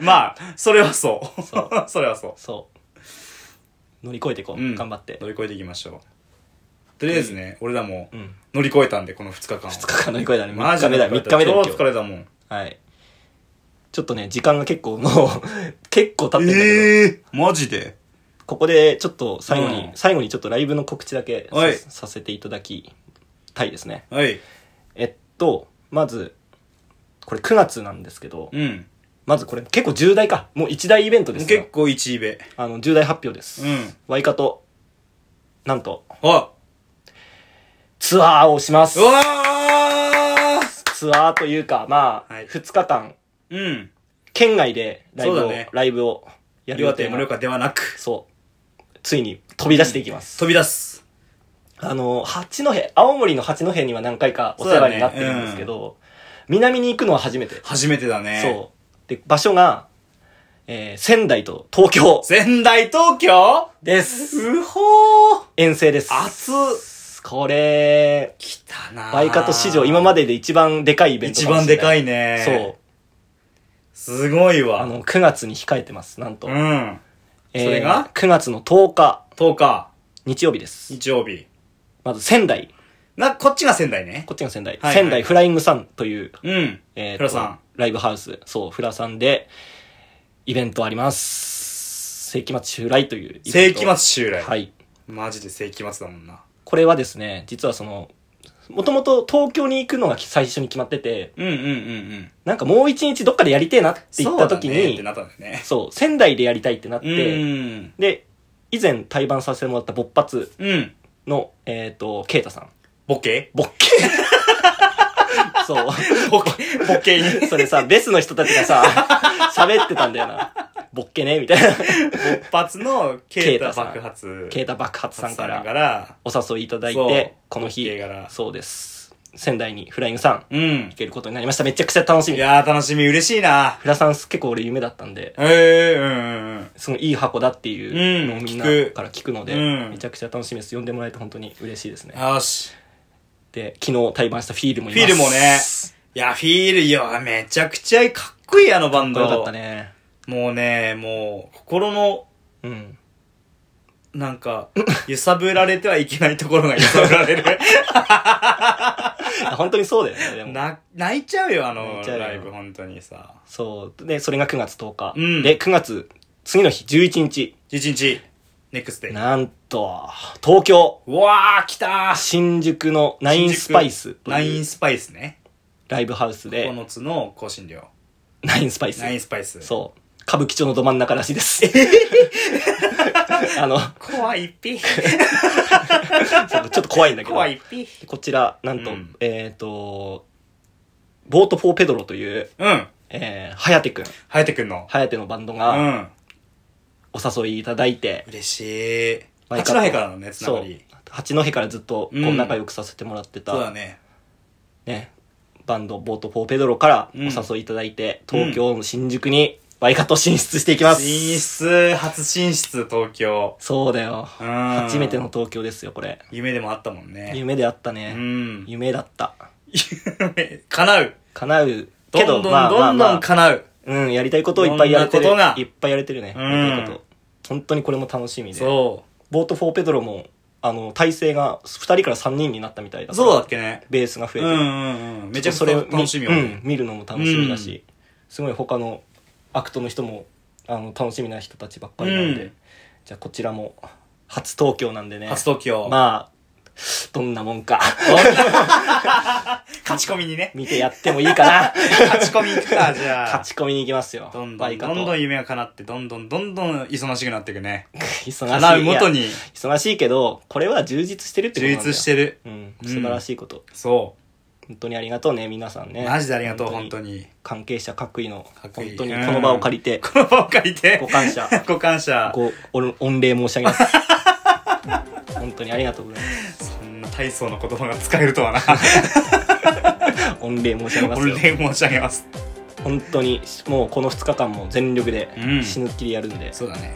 S2: まあ、それはそう。
S1: そ
S2: それはそう。
S1: そう乗り越えていこう、
S2: うん
S1: 頑張って
S2: 乗り越えていきましょうとりあえずね、俺らも
S1: うん
S2: 乗り越えたんでこの2日
S1: 2
S2: 間
S1: 日間乗り越えたね
S2: マ
S1: 3
S2: ジ
S1: 日目だ3日目だよ
S2: 超疲れたもん
S1: 今日はいちょっとね時間が結構もう 結構経ってんだけど、
S2: えー、マジで
S1: ここでちょっと最後に、
S2: うん
S1: 最後にちょっとライブの告知だけ
S2: はい
S1: ささせていただきたいですね。
S2: はい
S1: えっと、まず、これ9月なんですけど、
S2: うん
S1: まずこれ結構重大か。もう一大イベントですよ
S2: 結。構一位べ
S1: あの、重大発表です。
S2: うん
S1: ワイカと、なんと、
S2: あ
S1: ツアーをします
S2: う。わー
S1: ツアーというか、まあ、
S2: はい
S1: 2日間、
S2: うん
S1: 県外でライブ
S2: そ
S1: を、
S2: うだね
S1: ライブをやる予
S2: 岩
S1: 定
S2: 手
S1: な
S2: 盛岡ではなく
S1: そう。ついに飛び出していきます。
S2: 飛び出す
S1: あの、八戸、青森の八戸には何回かお世話になってるんですけど、南に行くのは初めて。
S2: 初めてだね
S1: そう。で、場所が、えー仙台と東京
S2: 仙台東京
S1: です。
S2: うほー
S1: 遠征です。
S2: 熱っ
S1: これ、
S2: 来たなー
S1: バイカト史上今までで一番でかいイベント
S2: 一
S1: かも
S2: 番
S1: しれ
S2: で
S1: な
S2: か
S1: い。
S2: いね
S1: そう。
S2: すごいわ
S1: あの、9月に控えてます、なんと。
S2: うん
S1: えー
S2: それが
S1: ?9 月の10日、
S2: 10日
S1: 日曜日です。
S2: 日曜日
S1: まず仙台。
S2: な、こっちが仙台ね。
S1: こっちが仙台。
S2: はいはい
S1: 仙台フライングサンという
S2: うん。
S1: えーと
S2: フラさん。
S1: ライブハウス、そう、フラさんで、イベントあります。世紀末襲来というイベ
S2: 世
S1: ント。
S2: 紀末襲来。
S1: はい。
S2: マジで世紀末だもんな。
S1: これはですね、実はその、もともと東京に行くのが最初に決まってて、
S2: うんうんうんうん。
S1: なんかもう一日どっかでやりてえなって言った時
S2: そうだねっ
S1: に、
S2: て
S1: そう,、
S2: なったんだよね。
S1: 仙台でやりたいってなっ
S2: う
S1: て、
S2: ん。
S1: で、以前対バンさせてもらった勃発
S2: うん。
S1: の、えっ、と、ケイタさん。
S2: ボケ
S1: ボッケそう。
S2: ボケ、ボケに。
S1: それさ、ベスの人たちがさ、喋ってたんだよな。ボッケねみたいな。
S2: 勃発のケータ爆発。
S1: ケータ爆発さんか
S2: 爆発
S1: ら
S2: ら
S1: お誘いいただい
S2: そう
S1: て、この日
S2: ケーから、
S1: そうです。仙台にフライングさん、
S2: うん
S1: 行。けることになりました。めちゃくちゃ楽し
S2: い
S1: み。
S2: やー楽しみ、嬉しいな。
S1: フラさん結構俺夢だったんで、
S2: ええうん
S1: すごいいい箱だっていうのを
S2: うん
S1: みんな
S2: 聞く
S1: から聞くので、
S2: うん
S1: めちゃくちゃ楽しみです。呼んでもらえて本当に嬉しいです
S2: うん
S1: ね。
S2: うん。よし。
S1: で、昨日対バンしたフィールもい
S2: フ
S1: ます。
S2: ィルもね。いや、フィール、いや、めちゃくちゃかっこいい、あのバンド。
S1: よかったね。
S2: もうね、もう、心の
S1: うん。
S2: なんか、揺さぶられてはいけないところが揺さぶられる。
S1: あ本当にそうだよね、でも。
S2: な、泣いちゃうよ、あの
S1: 泣い、ちゃうよ
S2: ライブ、本当にさ。
S1: そう。で、それが9月10日。
S2: うん
S1: で、9月、次の日11日。
S2: 11日、ネクステ。
S1: なんと、東京、
S2: うわー、来たー
S1: 新宿のナインスパイスと
S2: ナイ
S1: い
S2: ン
S1: う
S2: スパイスね。
S1: ライブハウスで、
S2: 9つの香辛料。
S1: ナインスパイス
S2: ナ。インスパイス。
S1: そう。歌舞伎町のど真ん中らしいです。 あの、
S2: 怖いっ ぴ。
S1: そうちょっと怖いんだけど。
S2: 怖いっぴ。
S1: こちら、なんと、
S2: うん
S1: えっ、と、ボート・フォー・ペドロという、
S2: うん。
S1: えー、ハヤテくん、
S2: ハヤテくんの。
S1: ハヤテのバンド
S2: う
S1: が、
S2: ん。
S1: お誘いいただいて、
S2: 嬉しい。
S1: 前
S2: 八戸からのね、つな
S1: そ
S2: が
S1: う
S2: り。
S1: 八戸からずっとこ
S2: う
S1: うん仲良くさせてもらってた、
S2: そうだね。
S1: ね、バンドボート・フォー・ペドロから
S2: うん
S1: お誘いいただいて、東京の新宿にワイカット進出していきます、
S2: 進出、初進出、東京。
S1: そうだよ、
S2: うん
S1: 初めての東京ですよこれ
S2: 夢でもあったもんね。
S1: 夢であった
S2: う
S1: ね、
S2: ん。
S1: 夢だった
S2: 夢、 叶う。
S1: 叶う
S2: ど
S1: け
S2: んど
S1: ど
S2: んどんどん叶う。
S1: うん、やりたいことをいっぱいやれてる。
S2: いろんなことが
S1: いっぱいやれてるね。
S2: うん
S1: やりたいこと。本当にこれも楽しみで。
S2: そ
S1: ボート・フォー・ペドロも、あの、体制が2人から3人になったみたいだ
S2: う。
S1: から
S2: そうだっけね。
S1: ベースが増えて
S2: う
S1: る。
S2: んうんうん。めちゃくち
S1: そ
S2: ゃ
S1: れを見
S2: 楽しみよ
S1: う
S2: ね
S1: ん。。見るのも楽しみだし、すごい他のアクトの人も、あの、楽しみな人たちばっかりなんで。
S2: うん
S1: じゃあ、こちらも、初東京なんでね。
S2: 初東京。
S1: まあ、どんなもんか、
S2: 勝ち込みにね。
S1: 見てやってもいいかな。
S2: 勝ち込み行くか、じゃあ
S1: 勝。ち込みに行きますよ。
S2: どんど
S1: バイ
S2: ん、
S1: カ
S2: ど
S1: と
S2: んどん夢が叶って、どんどん、どんどん忙しくなっていくね。
S1: 忙しい。
S2: 叶うごとに
S1: 忙しいけど、これは充実してるってこと
S2: 充
S1: なんだよ
S2: 実してる。
S1: うん、
S2: うん
S1: 素晴らしいこと。
S2: そ
S1: 本当にありがとうね、皆さん
S2: う。
S1: ね。
S2: マジでありがとう、本当
S1: に。
S2: に。
S1: 関係者各位の、
S2: 各位
S1: 本当に
S2: うん
S1: この場を借りて、
S2: この場を借りて
S1: ご、感謝、
S2: ご感謝。
S1: ご、お御礼申し上げ ます。本当にありがとうございます。
S2: そんな大層の言葉が使える とはな。
S1: 御礼申し上げま
S2: 御
S1: すよ。
S2: 礼申し上げます。
S1: 本当に、もうこの2日間も全力で
S2: うん
S1: 死ぬっきりやるんで、
S2: そうだね。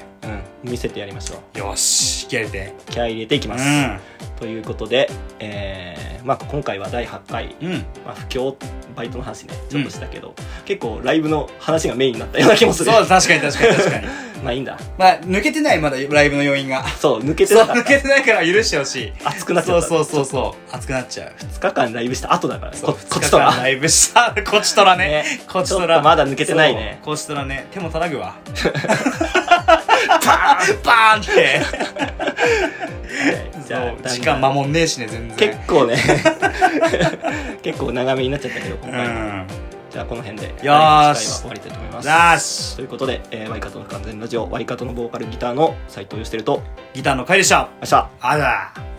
S1: うん、見せてやりましょう。
S2: よし、気合入れて。
S1: 気合い入れていきます。
S2: う
S1: ということで、えーまあ今回は第8回、
S2: ん。うん。
S1: まあ、不況バイトの話ねちょっとしたけど、結構ライブの話がメインになったような気もす
S2: そう、
S1: る
S2: 確かに確かに確かに。
S1: まあいいんだ
S2: まあ、抜けてない、まだライブの要因が。
S1: そう抜けて
S2: そう、
S1: なかっ
S2: 抜けてないから許してほしい。
S1: た熱くなっちゃ
S2: そ
S1: っ
S2: う
S1: た
S2: そうそうそう。熱くなっちゃう。
S1: 2日間ライブした後だからねここ
S2: そう
S1: っちと
S2: 二日間
S1: ら
S2: ライブした。こっちとらね
S1: ね。
S2: こっちと
S1: ちょっ
S2: ら。
S1: とまだ抜けてないね
S2: そう。こっちとらね。手も叩 くわ。バーンバーンって。
S1: じゃあ
S2: そう時間守んねえしね、全
S1: 結
S2: 然。
S1: 構ね 結構長めになっちゃったけど今
S2: う
S1: 回、
S2: ん。
S1: じゃあこの辺でよ
S2: しーし
S1: 終わりたいと思います
S2: よーし。
S1: ということで、えー、ワイカトの不完全ラジオワイカトのボーカルギターの斉藤義輝と
S2: ギターの回でした。
S1: 明日
S2: あら。